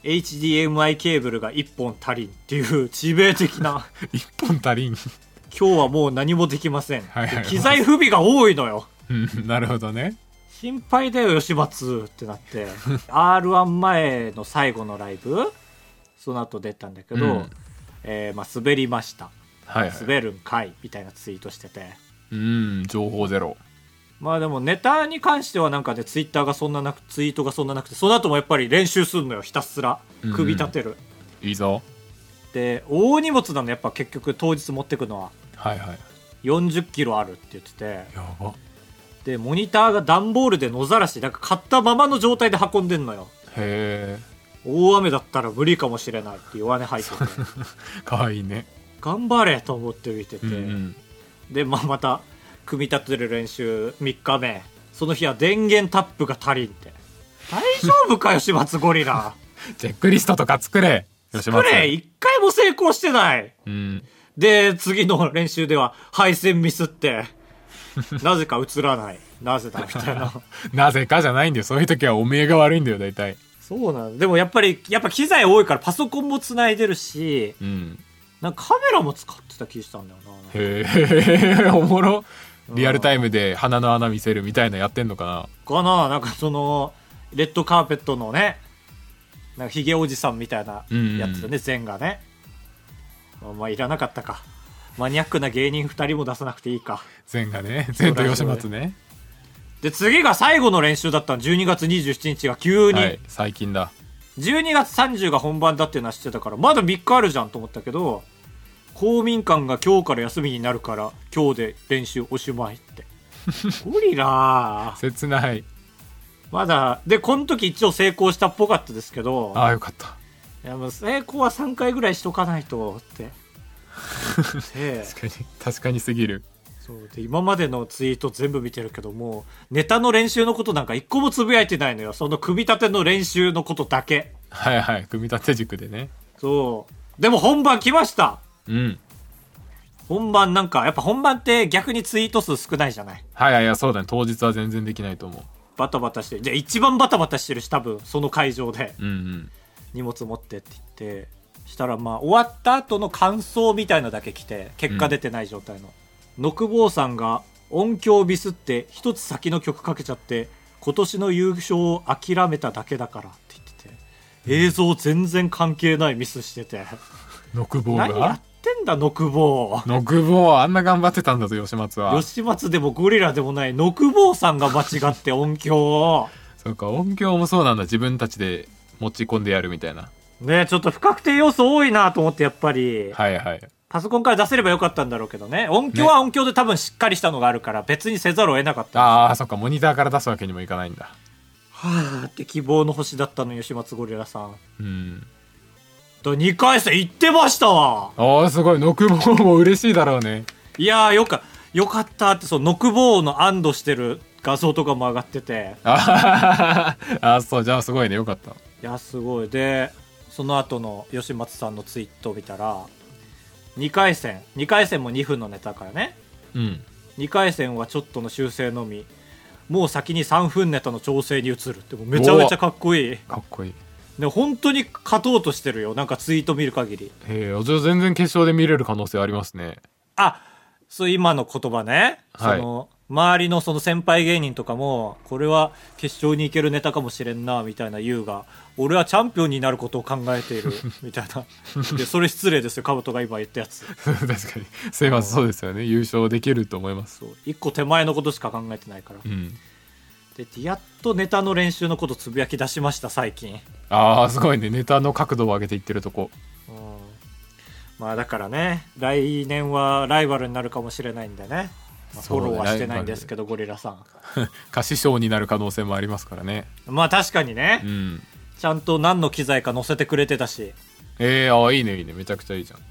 Speaker 2: HDMI ケーブルが1本足りんっていう致命的な、
Speaker 1: [laughs] 一本足りん
Speaker 2: 今日はもう何もできません。
Speaker 1: はいはいはい
Speaker 2: で機材不備が多いのよ。
Speaker 1: うんなるほどね
Speaker 2: 心配だよ吉松ってなって r 1前の最後のライブその後出たんだけど、
Speaker 1: うん
Speaker 2: えーまあ、滑りました
Speaker 1: はいはい
Speaker 2: 滑るんかいみたいなツイートしてて
Speaker 1: うん情報ゼロ
Speaker 2: まあでもネタに関してはなんかねツイッターがそんななくツイートがそんななくてその後もやっぱり練習するのよひたすら
Speaker 1: うんうん
Speaker 2: 組み立てる、
Speaker 1: いいぞ
Speaker 2: で大荷物なのやっぱ結局当日持ってくのは
Speaker 1: はいはい
Speaker 2: 4 0キロあるって言ってて
Speaker 1: やば
Speaker 2: でモニターが段ボールで野ざらしなんか買ったままの状態で運んでんのよ
Speaker 1: へえ
Speaker 2: 大雨だったら無理かもしれないって弱音吐いてて
Speaker 1: 可愛いね
Speaker 2: [laughs] 頑張れと思って見てて、
Speaker 1: うんうん
Speaker 2: で、まあ、また組み立てる練習3日目その日は電源タップが足りんって大丈夫か吉松ゴリラ
Speaker 1: チェックリストとか作れ吉
Speaker 2: これ一回も成功してない
Speaker 1: うん
Speaker 2: で次の練習では配線ミスって
Speaker 1: [laughs]
Speaker 2: なぜか映らないなぜだみたいな
Speaker 1: なぜかじゃないんだよそういう時はおめえが悪いんだよ大体
Speaker 2: そうなんでもやっぱりやっぱ機材多いからパソコンもつないでるし
Speaker 1: うん
Speaker 2: なんかカメラも使ってた気したんだよな
Speaker 1: へえおもろリアルタイムで鼻の穴見せるみたいなやってんのか
Speaker 2: かななんかそのレッドカーペットのねなんかヒゲおじさんみたいな
Speaker 1: うんうん
Speaker 2: やつだね、全がねまあまあいらなかったかマニアックな芸人2人も出さなくていいか
Speaker 1: な善がね善と吉松ね
Speaker 2: で次が最後の練習だったの12月27日が急に、
Speaker 1: はい最近だ
Speaker 2: 12月30が本番だっていうのは知ってたからまだ3日あるじゃんと思ったけど公民館が今日から休みになるから今日で練習おしまいって
Speaker 1: [laughs]
Speaker 2: ゴリラ
Speaker 1: 切ない
Speaker 2: まだでこの時一応成功したっぽかったですけど
Speaker 1: ああよかった
Speaker 2: いやもう成功は3回ぐらいしとかないとって
Speaker 1: [laughs]
Speaker 2: ねえ
Speaker 1: 確かに確かにすぎる
Speaker 2: そうで今までのツイート全部見てるけどもうネタの練習のことなんか一個もつぶやいてないのよその組み立ての練習のことだけ
Speaker 1: はいはい組み立て塾でね
Speaker 2: そうでも本番来ました
Speaker 1: うん
Speaker 2: 本番なんかやっぱ本番って逆にツイート数少ないじゃない
Speaker 1: はいはいいやそうだね当日は全然できないと思
Speaker 2: バタバタしてで一番バタバタしてるし多分その会場で
Speaker 1: ううんうん
Speaker 2: 荷物持ってって言ってしたらまあ終わった後の感想みたいのだけ来て結果出てない状態のノクボーさんが音響ビスって一つ先の曲かけちゃって今年の優勝を諦めただけだからって言ってて映像全然関係ないミスしてて
Speaker 1: ノクボー
Speaker 2: 何や
Speaker 1: が
Speaker 2: ってんだノクボー
Speaker 1: ノクボーあんな頑張ってたんだぞ吉松は
Speaker 2: 吉松でもゴリラでもないノクボーさんが間違って音響を
Speaker 1: そうか音響もそうなんだ自分たちで持ち込んでやるみたいな
Speaker 2: ねえちょっと不確定要素多いなと思ってやっぱり
Speaker 1: はいはい
Speaker 2: パソコンから出せればよかったんだろうけどね音響は音響で多分しっかりしたのがあるから別にせざるを得なかった、
Speaker 1: ああそっかモニターから出すわけにもいかないんだ
Speaker 2: はあって希望の星だったの吉松ゴリラさん
Speaker 1: うん
Speaker 2: だ2回戦行ってましたわ
Speaker 1: ああすごいノクボーも嬉しいだろうね
Speaker 2: いやーよかよかったってそのノクボーの安堵してる画像とかも上がってて
Speaker 1: あーあーそうじゃあすごいねよかった
Speaker 2: いやすごいでその後の吉松さんのツイートを見たら2回戦2回戦も2分のネタからね
Speaker 1: うん
Speaker 2: 2回戦はちょっとの修正のみもう先に3分ネタの調整に移るってもうめちゃめちゃかっこいい
Speaker 1: かっこいい
Speaker 2: で本当に勝とうとしてるよなんかツイート見る限り
Speaker 1: へえあじゃあ全然決勝で見れる可能性ありますね [laughs]
Speaker 2: あそう今の言葉ね、
Speaker 1: はい
Speaker 2: その周りのその先輩芸人とかもこれは決勝に行けるネタかもしれんなみたいな言うが俺はチャンピオンになることを考えて
Speaker 1: [laughs]
Speaker 2: いるみたいないやそれ失礼ですよカブトが今言ったやつ
Speaker 1: 確かにすいませんそうですよね優勝できると思います
Speaker 2: そう一個手前のことしか考えてないから
Speaker 1: うん
Speaker 2: でやっとネタの練習のことつぶやき出しました最近
Speaker 1: ああすごいねネタの角度を上げていってるとこ
Speaker 2: うんまあだからね来年はライバルになるかもしれないんでね、まあフ
Speaker 1: そ
Speaker 2: ォ
Speaker 1: う
Speaker 2: ローはしてないんですけどゴリラさん
Speaker 1: 歌詞賞になる可能性もありますからね
Speaker 2: まあ確かにね、
Speaker 1: うん
Speaker 2: ちゃんと何の機材か載せてくれてたしいや
Speaker 1: ええー、ああいいねいいねめちゃくちゃいいじゃん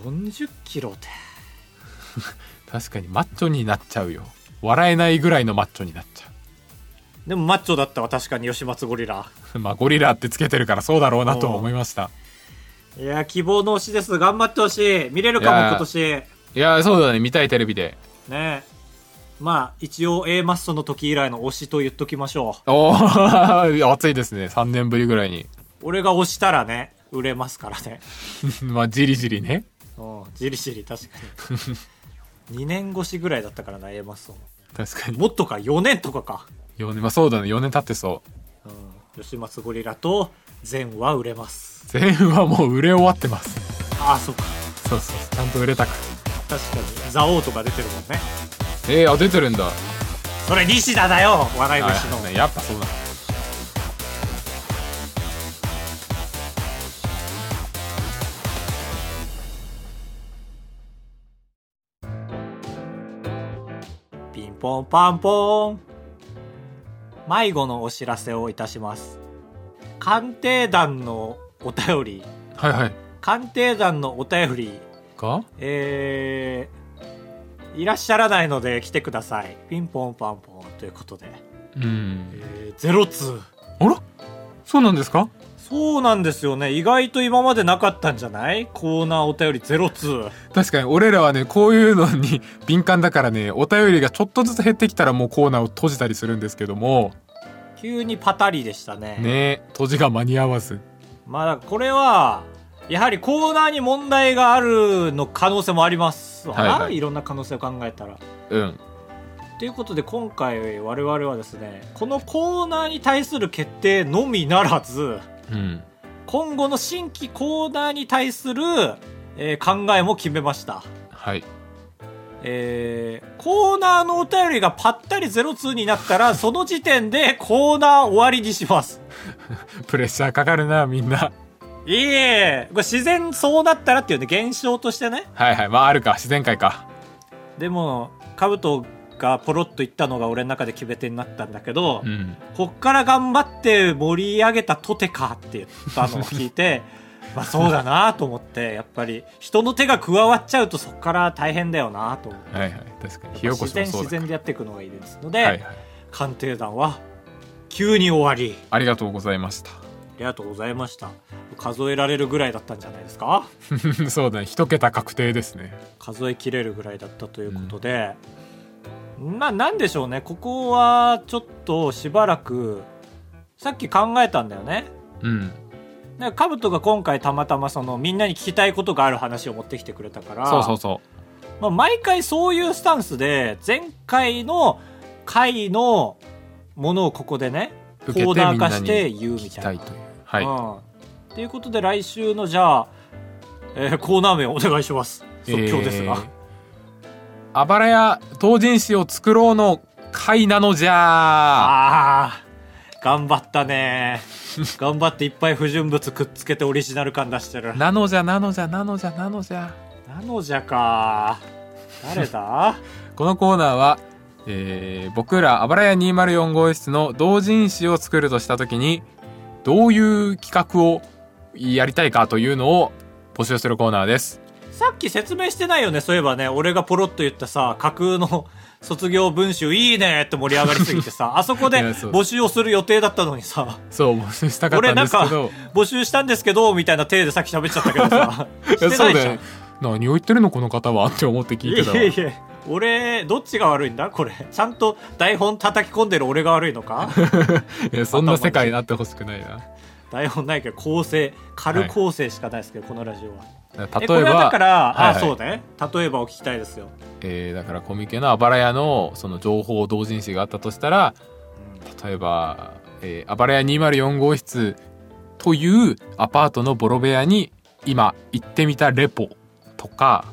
Speaker 2: 40キロって
Speaker 1: 確かにマッチョになっちゃうよ笑えないぐらいのマッチョになっちゃ
Speaker 2: でもマッチョだったわ確かに吉松ゴリラ
Speaker 1: う [laughs] まあゴリラってつけてるからそうだろうなとは思いました
Speaker 2: いや希望の推しです頑張ってほしい見れるかも
Speaker 1: いやー
Speaker 2: 今年
Speaker 1: いやーそうだね見たいテレビで
Speaker 2: ねまあ一応 A マッソの時以来の推しと言っときましょう
Speaker 1: おお [laughs] 暑いですね3年ぶりぐらいに [laughs]
Speaker 2: 俺が推したらね売れますからね
Speaker 1: まあじりじりね
Speaker 2: うんじりじり確かに2 [laughs] 年越しぐらいだったからな A マッソも
Speaker 1: 確かに
Speaker 2: もっとか4年とかか、
Speaker 1: 4年まあそうだね4年経ってそう
Speaker 2: うん、吉松ゴリラと全は売れます
Speaker 1: 全はもう売れ終わってます
Speaker 2: ああそっか
Speaker 1: そうそうちゃんと売れたく
Speaker 2: 確かにザオとか出てるもんね
Speaker 1: ええー、あ出てるんだ
Speaker 2: それ西田だよ笑い
Speaker 1: あ
Speaker 2: 飯の、
Speaker 1: やっぱそうだ
Speaker 2: ピンポンパンポーン迷子のお知らせをいたします鑑定団のお便り
Speaker 1: はいはい
Speaker 2: 鑑定団のお便り
Speaker 1: が
Speaker 2: えー、いらっしゃらないので来てくださいピンポンパンポンということで、
Speaker 1: うん。
Speaker 2: えー、ゼロ通
Speaker 1: あらそうなんですか
Speaker 2: そうなんですよね意外と今までなかったんじゃないコーナーお便りゼロ通
Speaker 1: 確かに俺らはねこういうのに [laughs] 敏感だからねお便りがちょっとずつ減ってきたらもうコーナーを閉じたりするんですけども
Speaker 2: 急にパタリでしたね
Speaker 1: ね閉じが間に合わず
Speaker 2: まあこれはやはりコーナーに問題があるの可能性もありますわな、
Speaker 1: はい
Speaker 2: い
Speaker 1: はい
Speaker 2: ろんな可能性を考えたら
Speaker 1: うん
Speaker 2: ということで今回我々はですねこのコーナーに対する決定のみならず
Speaker 1: うん
Speaker 2: 今後の新規コーナーに対する、えー考えも決めました、
Speaker 1: はい
Speaker 2: えーコーナーのお便りがぱったり02になったらその時点でコーナー終わりにします
Speaker 1: プレッシャーかかるなみんない
Speaker 2: いえこれ自然そうなったらっていうね現象としてね
Speaker 1: はいはいまああるか自然界か
Speaker 2: でもカブトがポロッと言ったのが俺の中で決め手になったんだけど、
Speaker 1: うん
Speaker 2: こっから頑張って盛り上げたとてかって言ったのを聞
Speaker 1: [laughs]
Speaker 2: いてまあそうだなと思ってやっぱり人の手が加わっちゃうとそこから大変だよなと思って
Speaker 1: はいはい確かに火起こしも
Speaker 2: 自然
Speaker 1: そう
Speaker 2: 自
Speaker 1: だ
Speaker 2: 然でやっていくのがいいですので、
Speaker 1: はいはい
Speaker 2: 鑑定団は急に終わり
Speaker 1: ありがとうございました
Speaker 2: ありがとうございました数えられるぐらいだったんじゃないですか
Speaker 1: [laughs] そうだね一桁確定ですね
Speaker 2: 数えきれるぐらいだったということで、まあなんでしょうねここはちょっとしばらくさっき考えたんだよね
Speaker 1: うん
Speaker 2: なんかカブトが今回たまたまそのみんなに聞きたいことがある話を持ってきてくれたから
Speaker 1: そうそうそ
Speaker 2: まあ、毎回そういうスタンスで前回の回のものをここでね
Speaker 1: う
Speaker 2: コ
Speaker 1: 受け
Speaker 2: ー
Speaker 1: て
Speaker 2: ナ
Speaker 1: みん
Speaker 2: ー
Speaker 1: な
Speaker 2: 化
Speaker 1: に
Speaker 2: して言う
Speaker 1: 聞
Speaker 2: み
Speaker 1: き
Speaker 2: た
Speaker 1: た
Speaker 2: い
Speaker 1: い
Speaker 2: な。
Speaker 1: というはい、
Speaker 2: うん、ということで来週のじゃあ、えーコーナー名をお願いします即興ですが、
Speaker 1: えーあばらや同人誌を作ろうの会なのじゃ
Speaker 2: あー頑張ったね頑張っていっぱい不純物くっつけてオリジナル感出してる
Speaker 1: なのじゃなのじゃなのじゃなのじゃ
Speaker 2: なのじゃか
Speaker 1: [laughs]
Speaker 2: 誰だ
Speaker 1: このコーナーは、えー僕らあばらや204号室の同人誌を作るとした時にどういう企画をやりたいかというのを募集するコーナーです
Speaker 2: さっき説明してないよねそういえばね俺がポロッと言ったさ架空の卒業文集いいねって盛り上がりすぎ
Speaker 1: [laughs]
Speaker 2: てさあそこで
Speaker 1: いやそう
Speaker 2: 募集をする予定だったのにさ
Speaker 1: そう募集したかった
Speaker 2: 俺
Speaker 1: ん
Speaker 2: なん
Speaker 1: です
Speaker 2: か
Speaker 1: けど
Speaker 2: 募集したんですけどみたいな体でさっき喋っちゃったけどさ
Speaker 1: [laughs] いや
Speaker 2: してないじゃん
Speaker 1: ね何を言ってるのこの方はって思って聞いてたわ
Speaker 2: いえいえ俺どっちが悪いんだこれちゃんと台本叩き込んでる俺が悪いのか
Speaker 1: いやそんな世界になってほしくないな
Speaker 2: 台本ないけど構成軽構成しかないですけど、このラジオはえこ
Speaker 1: 例え
Speaker 2: れはだ
Speaker 1: ば
Speaker 2: から、
Speaker 1: はい
Speaker 2: あ
Speaker 1: はい
Speaker 2: そうね例えばを聞きたいですよ
Speaker 1: えーだからコミケのあばら屋のその情報同人誌があったとしたら例えば、えー、あばら屋204号室というアパートのボロ部屋に今行ってみたレポとか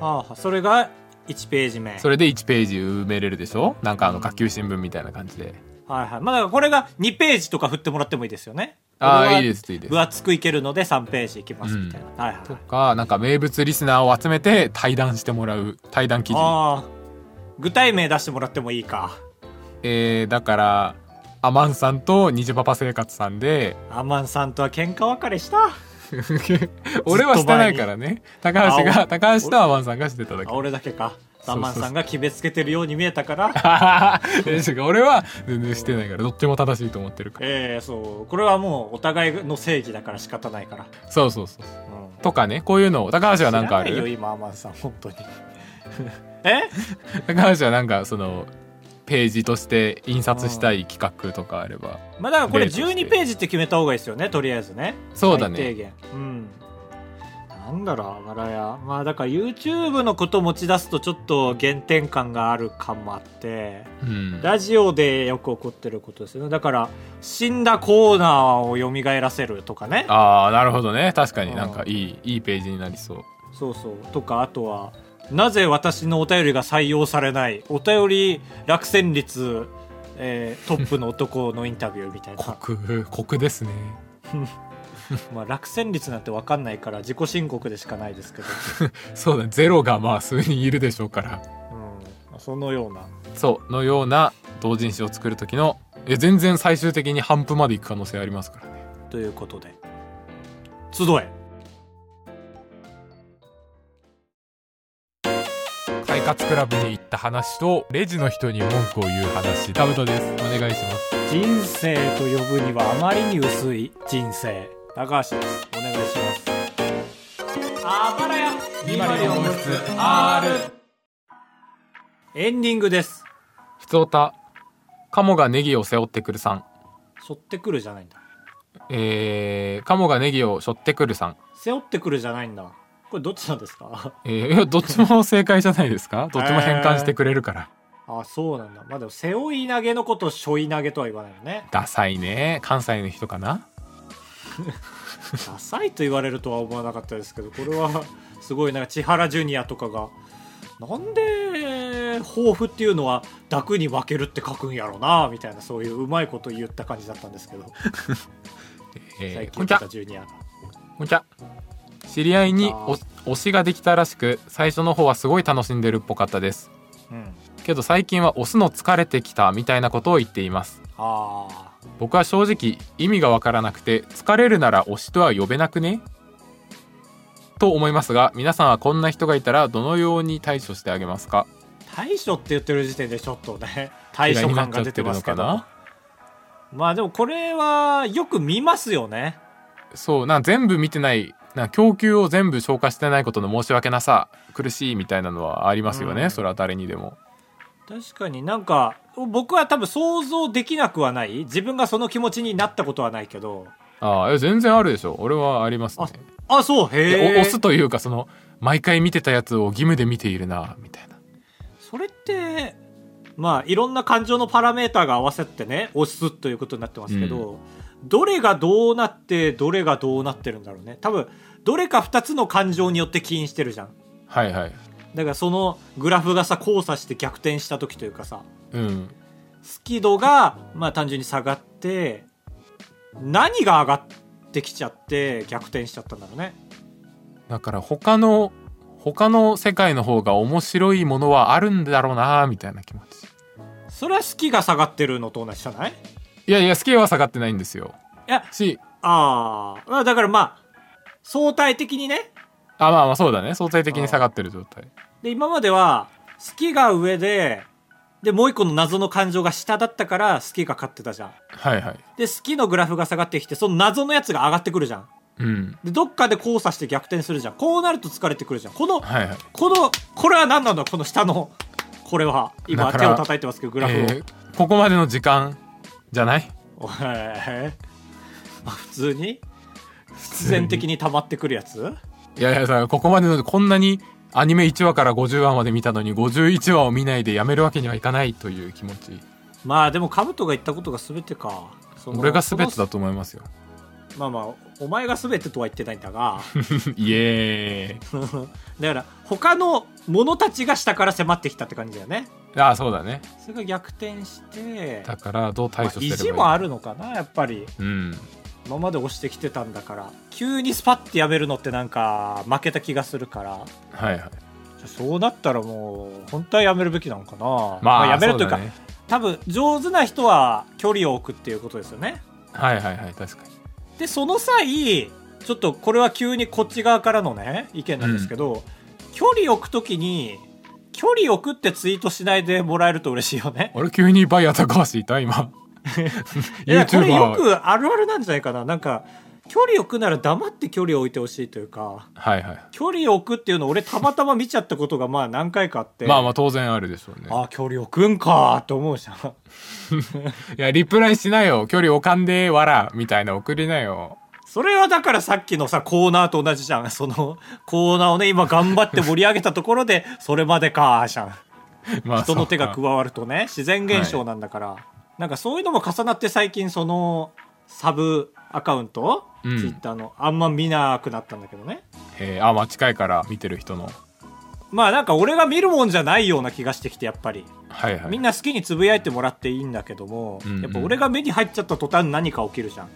Speaker 2: はあ、それが1ページ目
Speaker 1: それで1ページ埋めれるでしょなんかあ
Speaker 2: う
Speaker 1: の
Speaker 2: ん
Speaker 1: 学級新聞みたいな感じで、
Speaker 2: はいはいまあだからこれが2ページとか振ってもらってもいいですよね
Speaker 1: あ
Speaker 2: これ
Speaker 1: あ
Speaker 2: はい
Speaker 1: いですいいです
Speaker 2: 分厚くいけるので3ページいきますみたいな、はいはい
Speaker 1: とかなんか名物リスナーを集めて対談してもらう対談記事、
Speaker 2: ああ具体名出してもらってもいいか
Speaker 1: えーだからアマンさんとニジパパ生活さんで
Speaker 2: アマンさんとは喧嘩別
Speaker 1: [laughs]
Speaker 2: れした
Speaker 1: 俺はしてないからね高橋
Speaker 2: あ
Speaker 1: が高橋とアマンさんがしてただけ [laughs]
Speaker 2: あ俺だけか
Speaker 1: うそう
Speaker 2: アマンさんが決めつけてるように見えたから
Speaker 1: え違う俺は全然してないからどっちも正しいと思ってるから
Speaker 2: ええそうこれはもうお互いの正義だから仕方ないから、
Speaker 1: そうそうそう
Speaker 2: うん、
Speaker 1: とかねこういうのを高橋はなんかあ
Speaker 2: 知らないよ
Speaker 1: る
Speaker 2: 今アマンさん本
Speaker 1: [laughs]
Speaker 2: 当にえ
Speaker 1: 高橋はなんかそのページとして印刷したい企画とかあれば
Speaker 2: まあだからこれ
Speaker 1: 例として
Speaker 2: 12ページって決めた方がいいですよねとりあえずね
Speaker 1: そうだ
Speaker 2: 最低
Speaker 1: ね
Speaker 2: 限うんなんだろうあばらやまあだから YouTube のこと持ち出すとちょっと原点感がある感もあって
Speaker 1: うん
Speaker 2: ラジオでよく起こってることですよねだから死んだコーナーを蘇らせるとかね
Speaker 1: ああなるほどね確かになん
Speaker 2: う
Speaker 1: か
Speaker 2: ん
Speaker 1: いいいいページになりそう
Speaker 2: そうそうとかあとはなぜ私のお便りが採用されないお便り落選率、えートップの男のインタビューみたいな
Speaker 1: コクコクですね
Speaker 2: まあ落選率なんて分かんないから自己申告でしかないですけど、
Speaker 1: そうだゼロがまあ数人いるでしょうから
Speaker 2: うん、そのような
Speaker 1: そうのような同人誌を作る時のえ全然最終的に半分までいく可能性ありますからね
Speaker 2: ということで集え
Speaker 1: 快活クラブに行った話とレジの人に文句を言う話タブトですお願いします
Speaker 2: 人生と呼ぶにはあまりに薄い人生高橋ですお願いしますあばらやエンディングです
Speaker 1: ふつおたカモがネギを背負ってくるさん
Speaker 2: 背負ってくるじゃないんだ
Speaker 1: えー、カモがネギを背負ってくるさん
Speaker 2: 背負ってくるじゃないんだこれどっちなんで
Speaker 1: [laughs]
Speaker 2: すか
Speaker 1: えーいやどっちも正解じゃないですかどっちも変換してくれるから、
Speaker 2: あそうなんだまあでも背負い投げのことを背負い投げとは言わないよね
Speaker 1: ダサいね関西の人かな
Speaker 2: ダサいと言われるとは思わなかったですけどこれはすごいなんか千原ジュニアとかがなんで抱負っていうのは濁に分けるって書くんやろなみたいなそういううまいこと言った感じだったんですけど
Speaker 1: え
Speaker 2: 最
Speaker 1: ー、こんにち
Speaker 2: 近出
Speaker 1: は
Speaker 2: たジュニアが
Speaker 1: こんにちは知り合いにお推しができたらしく最初の方はすごい楽しんでるっぽかったです
Speaker 2: うん
Speaker 1: けど最近は推すの疲れてきたみたいなことを言っています
Speaker 2: あー
Speaker 1: 僕は正直意味がわからなくて疲れるなら推しとは呼べなくねと思いますが皆さんはこんな人がいたらどのように対処してあげますか
Speaker 2: 大将って言ってる時点でちょっとね大将感が出てますけ
Speaker 1: 嫌いにな
Speaker 2: ど
Speaker 1: っちゃって
Speaker 2: まあでもこれはよく見ますよね
Speaker 1: るのかなそうなんか全部見てないなんか供給を全部消化してないことの申し訳なさ苦しいみたいなのはありますよね、
Speaker 2: うん
Speaker 1: それは誰にでも
Speaker 2: 確かになんか僕は多分想像できなくはない自分がその気持ちになったことはないけど
Speaker 1: ああえ全然あるでしょ俺はありますね
Speaker 2: あそう
Speaker 1: いやお
Speaker 2: へえ
Speaker 1: 押すというかその毎回見てたやつを義務で見ているなみたいな
Speaker 2: それってまあいろんな感情のパラメーターが合わせてね押すということになってますけど、どれがどうなってどれがどうなってるんだろうね多分どれか2つの感情によって起因してるじゃん
Speaker 1: はいはい
Speaker 2: だからそのグラフがさ交差して逆転した時というかさ
Speaker 1: うん
Speaker 2: スキドがまあ単純に下がって何が上がってきちゃって逆転しちゃったんだろうね
Speaker 1: だから他の他の世界の方が面白いものはあるんだろうなみたいな気持ち
Speaker 2: それはスキが下がってるのと同じじゃない
Speaker 1: いやいやスケールは下がってないんですよ
Speaker 2: いや
Speaker 1: し
Speaker 2: あーまあだからまあ相対的にね
Speaker 1: あまあまあそうだね相対的に下がってる状態
Speaker 2: で今までは好きが上ででもう一個の謎の感情が下だったから好きが勝ってたじゃん
Speaker 1: はいはい
Speaker 2: で好きのグラフが下がってきてその謎のやつが上がってくるじゃん
Speaker 1: うん
Speaker 2: でどっかで交差して逆転するじゃんこうなると疲れてくるじゃんこの
Speaker 1: はいはい
Speaker 2: このこれは何なのこの下のこれは今
Speaker 1: だか
Speaker 2: 手
Speaker 1: ら
Speaker 2: を叩いてますけどグラフを、
Speaker 1: えーここまでの時間じゃない
Speaker 2: おいまあ普通に必然的に溜まってくるやつ
Speaker 1: いやいやさここまでのこんなにアニメ1話から50話まで見たのに51話を見ないでやめるわけにはいかないという気持ち
Speaker 2: まあでもカブトが言ったことが全てかその
Speaker 1: 俺が全てだと思います
Speaker 2: [laughs]
Speaker 1: よ
Speaker 2: そのまあまあお前が全てとは言ってないんだが [laughs]
Speaker 1: イエー
Speaker 2: だから他の者たちが下から迫ってきたって感じだよね
Speaker 1: イああそうだね
Speaker 2: それが逆転して、
Speaker 1: だからどう対
Speaker 2: まあ
Speaker 1: 処してればいい
Speaker 2: 意
Speaker 1: か
Speaker 2: 地もあるのかなやっぱり
Speaker 1: うん
Speaker 2: 今まで押してきてたんだから急にスパッてやめるのってなんか負けた気がするから
Speaker 1: はいはい
Speaker 2: そうなったらもう本当はやめるべきなのかなまあ、やめるというか
Speaker 1: そだね
Speaker 2: 多分上手な人は距離を置くっていうことですよね
Speaker 1: はいはいはい確かに
Speaker 2: でその際ちょっとこれは急にこっち側からのね意見なんですけど、距離置くときに距離置くってツイートしないでもらえると嬉しいよね
Speaker 1: 俺急にバイヤー高橋いた今
Speaker 2: [laughs] いやこれよ
Speaker 1: YouTuber
Speaker 2: くあるあるなんじゃないかななんか距離置くなら黙って距離を置いてほしいというか
Speaker 1: はいはい
Speaker 2: 距離を置くっていうのを俺たまたま見ちゃったことがまあ何回かあって
Speaker 1: まあまあ当然あるでしょうね
Speaker 2: あ距離置くんかと思うじゃん
Speaker 1: い
Speaker 2: [laughs]
Speaker 1: やリプライしなよ距離おかんでわらみたいな送りなよ
Speaker 2: それはだからさっきのさコーナーと同じじゃんそ [laughs] のコーナーをね今頑張って盛り上げたところで [laughs] それまでかじゃん
Speaker 1: まあ
Speaker 2: 人の手が加
Speaker 1: そう
Speaker 2: わるとね自然現象なんだから、なんかそういうのも重なって最近そのサブアカウント、
Speaker 1: うん
Speaker 2: ツイッターのあんま見なくなったんだけどね
Speaker 1: かへえあまあ近いから見てる人の
Speaker 2: まあなんか俺が見るもんじゃないような気がしてきてやっぱり、
Speaker 1: はいはい
Speaker 2: みんな好きにつぶやいてもらっていいんだけども、
Speaker 1: うんうん
Speaker 2: やっぱ俺が目に入っちゃった途端何か起きるじゃん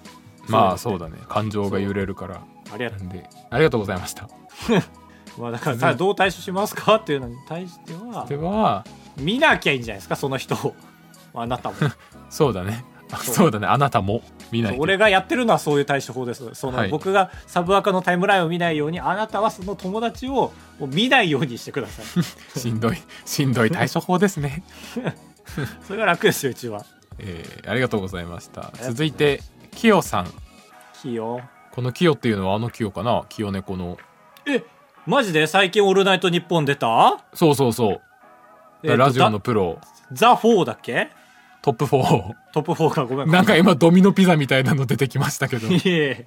Speaker 1: まあそうだね感情が揺れるから
Speaker 2: ありがと
Speaker 1: なんでありがとうございました
Speaker 2: う、まあ、だからさどう対処しますかっていうのに対しては
Speaker 1: では
Speaker 2: [laughs] 見なきゃいいんじゃないですかその人をあなたも
Speaker 1: そうだねそうだねあなたも見ないけど
Speaker 2: 俺がやってるのはそういう対処法ですその、
Speaker 1: はい
Speaker 2: 僕がサブアカのタイムラインを見ないようにあなたはその友達をもう見ないようにしてくださ [laughs] い
Speaker 1: しんどいしんどい対処法ですね、
Speaker 2: それが楽ですようちは
Speaker 1: えーありがとうございました
Speaker 2: とうございます
Speaker 1: 続いてキヨさん
Speaker 2: キヨ
Speaker 1: このキヨっていうのはあのキヨかなキヨ猫の
Speaker 2: えマジで最近「オールナイトニッポン」出た
Speaker 1: そうそうそう、
Speaker 2: えーと
Speaker 1: ラジオのプロ
Speaker 2: ザ・フォーだっけ
Speaker 1: トップ4
Speaker 2: トップ4かごめん
Speaker 1: [laughs] なんか今ドミノピザみたいなの出てきましたけど、
Speaker 2: [laughs] いえ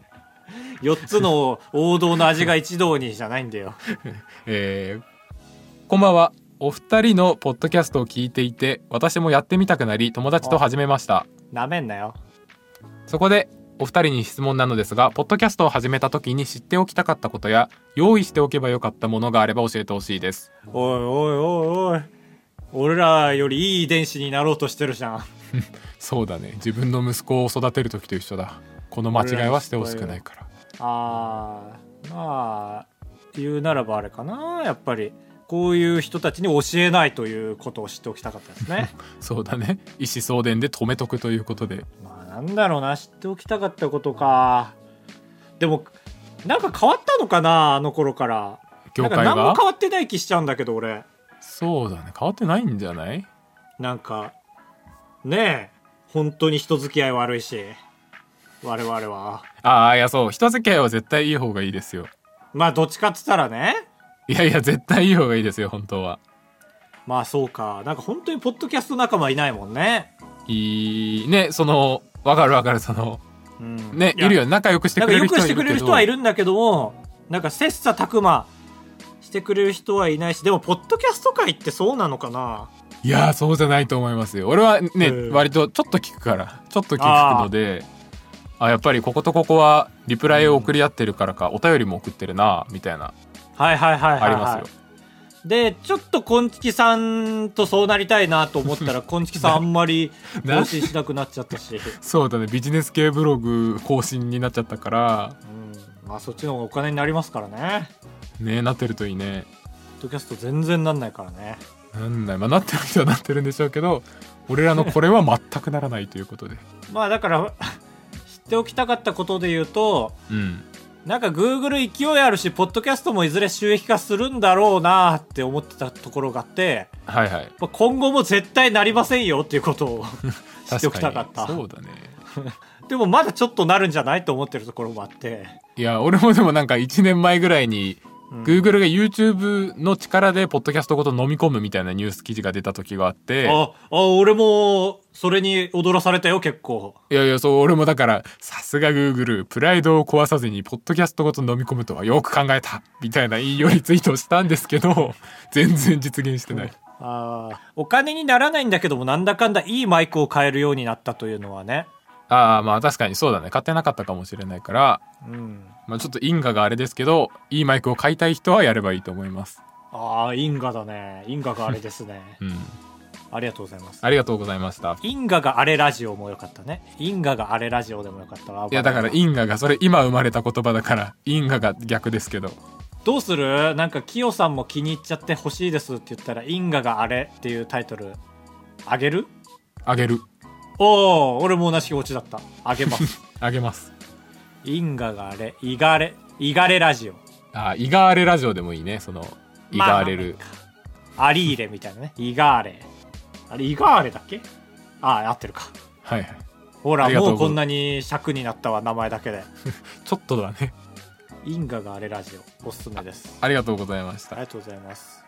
Speaker 2: 4つの王道の味が一堂にじゃないんだよ
Speaker 1: えーこんばんはお二人のポッドキャストを聞いていて私もやってみたくなり友達と始めました
Speaker 2: なめんなよ
Speaker 1: そこでお二人に質問なのですがポッドキャストを始めた時に知っておきたかったことや用意しておけばよかったものがあれば教えてほしいです
Speaker 2: おいおいおいおい俺らよりいい遺伝子になろうとしてるじゃん
Speaker 1: そうだね自分の息子を育てる時と一緒だこの間違いはしてほしくないから
Speaker 2: あーまあ言うならばあれかなやっぱりこういう人たちに教えないということを知っておきたかったで
Speaker 1: [laughs]
Speaker 2: すね
Speaker 1: そうだね意思相伝で止めとくということで
Speaker 2: まあなんだろうな知っておきたかったことかでもなんか変わったのかなあの頃から
Speaker 1: 業界
Speaker 2: なんか何
Speaker 1: が
Speaker 2: も変わってない気しちゃうんだけど俺
Speaker 1: そうだね変わってないんじゃない
Speaker 2: なんかねえ本当に人付き合い悪いし我々は
Speaker 1: ああいやそう人付き合いは絶対いい方がいいですよ
Speaker 2: まあどっちかっつったらね
Speaker 1: いやいや絶対いい方がいいですよ本当は
Speaker 2: まあそうかなんか本当にポッドキャスト仲間いないもんね
Speaker 1: いいねそのわかるわかるその
Speaker 2: うん
Speaker 1: ね
Speaker 2: い
Speaker 1: い
Speaker 2: や
Speaker 1: るよね仲良くして
Speaker 2: な
Speaker 1: く
Speaker 2: んか
Speaker 1: れ
Speaker 2: よ
Speaker 1: る人
Speaker 2: く
Speaker 1: は
Speaker 2: し
Speaker 1: い
Speaker 2: て
Speaker 1: る
Speaker 2: くれ
Speaker 1: け
Speaker 2: る
Speaker 1: ど
Speaker 2: 人はいるんだけどもなんか切磋琢磨してくれる人はいないしでもポッドキャスト界ってそうなのかない
Speaker 1: やーそうじゃないと思いますよ俺はね、
Speaker 2: うん
Speaker 1: 割とちょっと聞くからちょっと聞くのであやっぱりこことここはリプライを送り合ってるからか、お便りも送ってるなみたいな
Speaker 2: はいはいはいはい、はい、
Speaker 1: ありますよ、
Speaker 2: でちょっとこんちきさんとそうなりたいなと思ったらこんちきさんあんまり
Speaker 1: [laughs] な
Speaker 2: 更新しなくなっちゃったし、
Speaker 1: そうだねビジネス系ブログ更新になっちゃったから
Speaker 2: うん、まあそっちの方がお金になりますからね
Speaker 1: ねなってるといいね
Speaker 2: ポッドキャスト全然なんないからね
Speaker 1: なんないまあなってる人はなってるんでしょうけど俺らのこれは全くならないということで
Speaker 2: まあだから [laughs] 知っておきたかったことで言うと
Speaker 1: [laughs] うん
Speaker 2: なんか Google 勢いあるし、ポッドキャストもいずれ収益化するんだろうなって思ってたところがあって、
Speaker 1: はいはい
Speaker 2: まあ今後も絶対なりませんよっていうことを [laughs] 知っておきたかっ
Speaker 1: 確にそ
Speaker 2: た。
Speaker 1: うだね
Speaker 2: でもまだちょっとなるんじゃないと思ってるところもあって。
Speaker 1: いや俺もでもなんか1年前ぐらいに
Speaker 2: うん
Speaker 1: Google が YouTube の力でポッドキャストごと飲み込むみたいなニュース記事が出た時があって
Speaker 2: あ、あ、俺も、それに踊らされたよ、結構。
Speaker 1: いやいやそう俺もだからさすが Google プライドを壊さずにポッドキャストごと飲み込むとはよく考えたみたいな引用リツイートをしたんですけど [laughs] 全然実現してない
Speaker 2: あーお金にならないんだけども、なんだかんだいいマイクを買えるようになったというのはね。
Speaker 1: ああまあ確かにそうだね買ってなかったかもしれないから、
Speaker 2: うん。
Speaker 1: まあ、ちょっと因果があれですけどいいマイクを買いたい人はやればいいと思います。
Speaker 2: ああ、因果だね。因果があれですね
Speaker 1: [laughs] うん
Speaker 2: ありがとうございます。
Speaker 1: ありがとうございました
Speaker 2: 因果があれラジオも良かったね因果があれラジオでも良かったわ
Speaker 1: いやだから因果がそれ今生まれた言葉だから因果が逆ですけど
Speaker 2: どうするなんかキヨさんも気に入っちゃって欲しいですって言ったら因果があれっていうタイトルあげる
Speaker 1: あげる
Speaker 2: おお俺も同じ気持ちだったあげます
Speaker 1: [laughs] あげます
Speaker 2: 因果があれいがれいがれラジオ
Speaker 1: あイガーレラジオでもいいねそのイガーレル、
Speaker 2: アリーレみたいなねいがれあれいがれだっけああ合ってるか
Speaker 1: はいはい
Speaker 2: ほ
Speaker 1: あ
Speaker 2: ら
Speaker 1: りがとう
Speaker 2: も
Speaker 1: ご
Speaker 2: うこんなに尺になったわ名前だけで
Speaker 1: ちょっとだね
Speaker 2: 因果があれラジオおすすめです
Speaker 1: ありがとうございまし
Speaker 2: あ
Speaker 1: た、
Speaker 2: りがとうございます。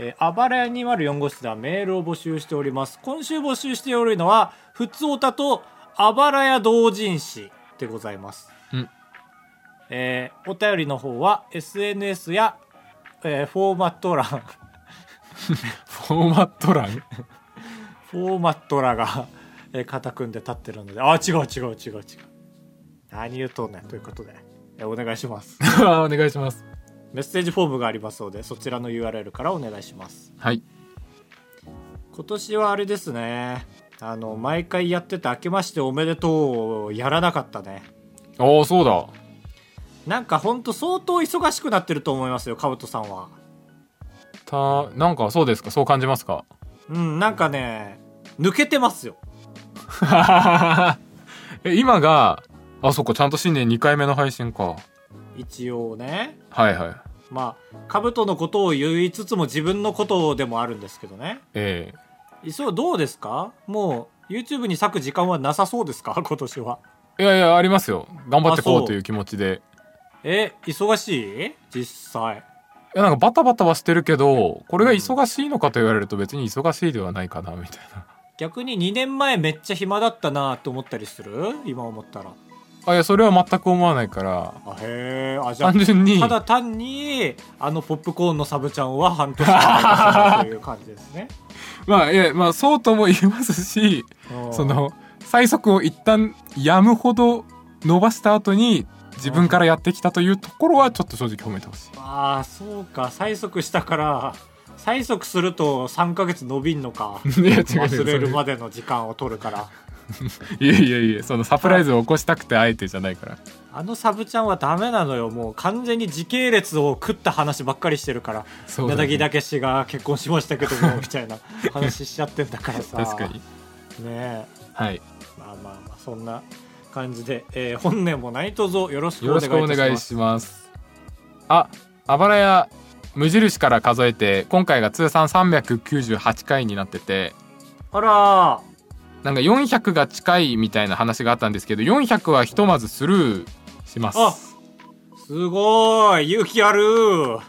Speaker 2: えー、あばらや204号室ではメールを募集しております。今週募集しておるのは、ふつおたとあばらや同人誌でございます。
Speaker 1: うん
Speaker 2: えーお便りの方は SNS や、えーフォーマット欄、
Speaker 1: フォーマット欄
Speaker 2: フォーマット欄が、えー肩組んで立ってるので、あ、違う違う違う違う。何言うとんねんということで、えーお願いします。 [laughs]
Speaker 1: あ [laughs] お願いします
Speaker 2: メッセージフォームがありますので、そちらの URL からお願いします。
Speaker 1: はい
Speaker 2: 今年はあれですねあの毎回やってた「明けましておめでとう」をやらなかったね
Speaker 1: おおそうだ
Speaker 2: なんかほんと相当忙しくなってると思いますよカブトさんは
Speaker 1: [laughs] たなんかそうですかそう感じますか
Speaker 2: うんなんかね抜けてますよ
Speaker 1: え今があそっかちゃんと新年2回目の配信か
Speaker 2: 一応ね
Speaker 1: はいはい
Speaker 2: まあ兜のことを言いつつも自分のことでもあるんですけどね
Speaker 1: ええ
Speaker 2: そうどうですかもう YouTube に割く時間はなさそうですか [laughs] 今年はい
Speaker 1: やいやありますよ頑張って
Speaker 2: あ
Speaker 1: こ
Speaker 2: そう
Speaker 1: うという気持ちで
Speaker 2: え忙しい実際
Speaker 1: いやなんかバタバタはしてるけどこれが忙しいのかと言われると別に忙しいではないかなみたいな
Speaker 2: 逆に2年前めっちゃ暇だったなと思ったりする今思ったら
Speaker 1: あいやそれは全く思わないから
Speaker 2: あへえあじゃあ
Speaker 1: 単純に
Speaker 2: ただ単にあのポップコーンのサブちゃんは半年間という感じです [laughs] ね
Speaker 1: まあいやまあそうとも言いますし
Speaker 2: うん
Speaker 1: その最速を一旦やむほど伸ばした後に自分からやってきたというところはちょっと正直褒めてほしい
Speaker 2: ああそうか催促したから催促すると3ヶ月伸びんの [laughs] か
Speaker 1: いや違う違う
Speaker 2: 忘れるまでの時間を取るから
Speaker 1: いやいやいやそのサプライズを起こしたくてあえてじゃないから
Speaker 2: あのサブちゃんはダメなのよもう完全に時系列を食った話ばっかりしてるから
Speaker 1: そう
Speaker 2: 柳
Speaker 1: だね
Speaker 2: 田木武志が結婚しましたけどもみたいな話しちゃってんだから
Speaker 1: [laughs]
Speaker 2: さ
Speaker 1: 確かに
Speaker 2: ねえ
Speaker 1: はい
Speaker 2: まあまあまあそんな感じで、えー本年も何卒よろしく
Speaker 1: よ
Speaker 2: お
Speaker 1: ろ
Speaker 2: 願い
Speaker 1: し
Speaker 2: い
Speaker 1: くお
Speaker 2: たし
Speaker 1: 願
Speaker 2: ま
Speaker 1: い
Speaker 2: す
Speaker 1: しますああばらや無印から数えて今回が通算398回になってて
Speaker 2: あら
Speaker 1: なんか400が近いみたいな話があったんですけど400はひとまずスルーします
Speaker 2: あーすごい勇気ある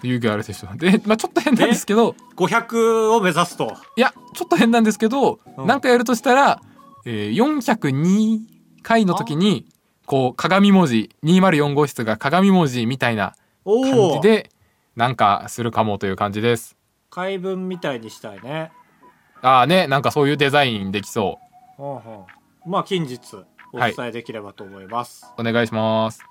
Speaker 1: 勇気あるでしょで、まあ、ちょっと変なんですけど
Speaker 2: 500を目指すと
Speaker 1: いやちょっと変なんですけど、
Speaker 2: うん
Speaker 1: なんかやるとしたら、えー402回の時にこう鏡文字204号室が鏡文字みたいな感
Speaker 2: お
Speaker 1: じ
Speaker 2: お
Speaker 1: でなんかするかもという感じです
Speaker 2: 怪文みたいにしたいね
Speaker 1: ああねなんかそういうデザインできそ
Speaker 2: うんうんまあ近日お伝えできればと思います、
Speaker 1: うお願いします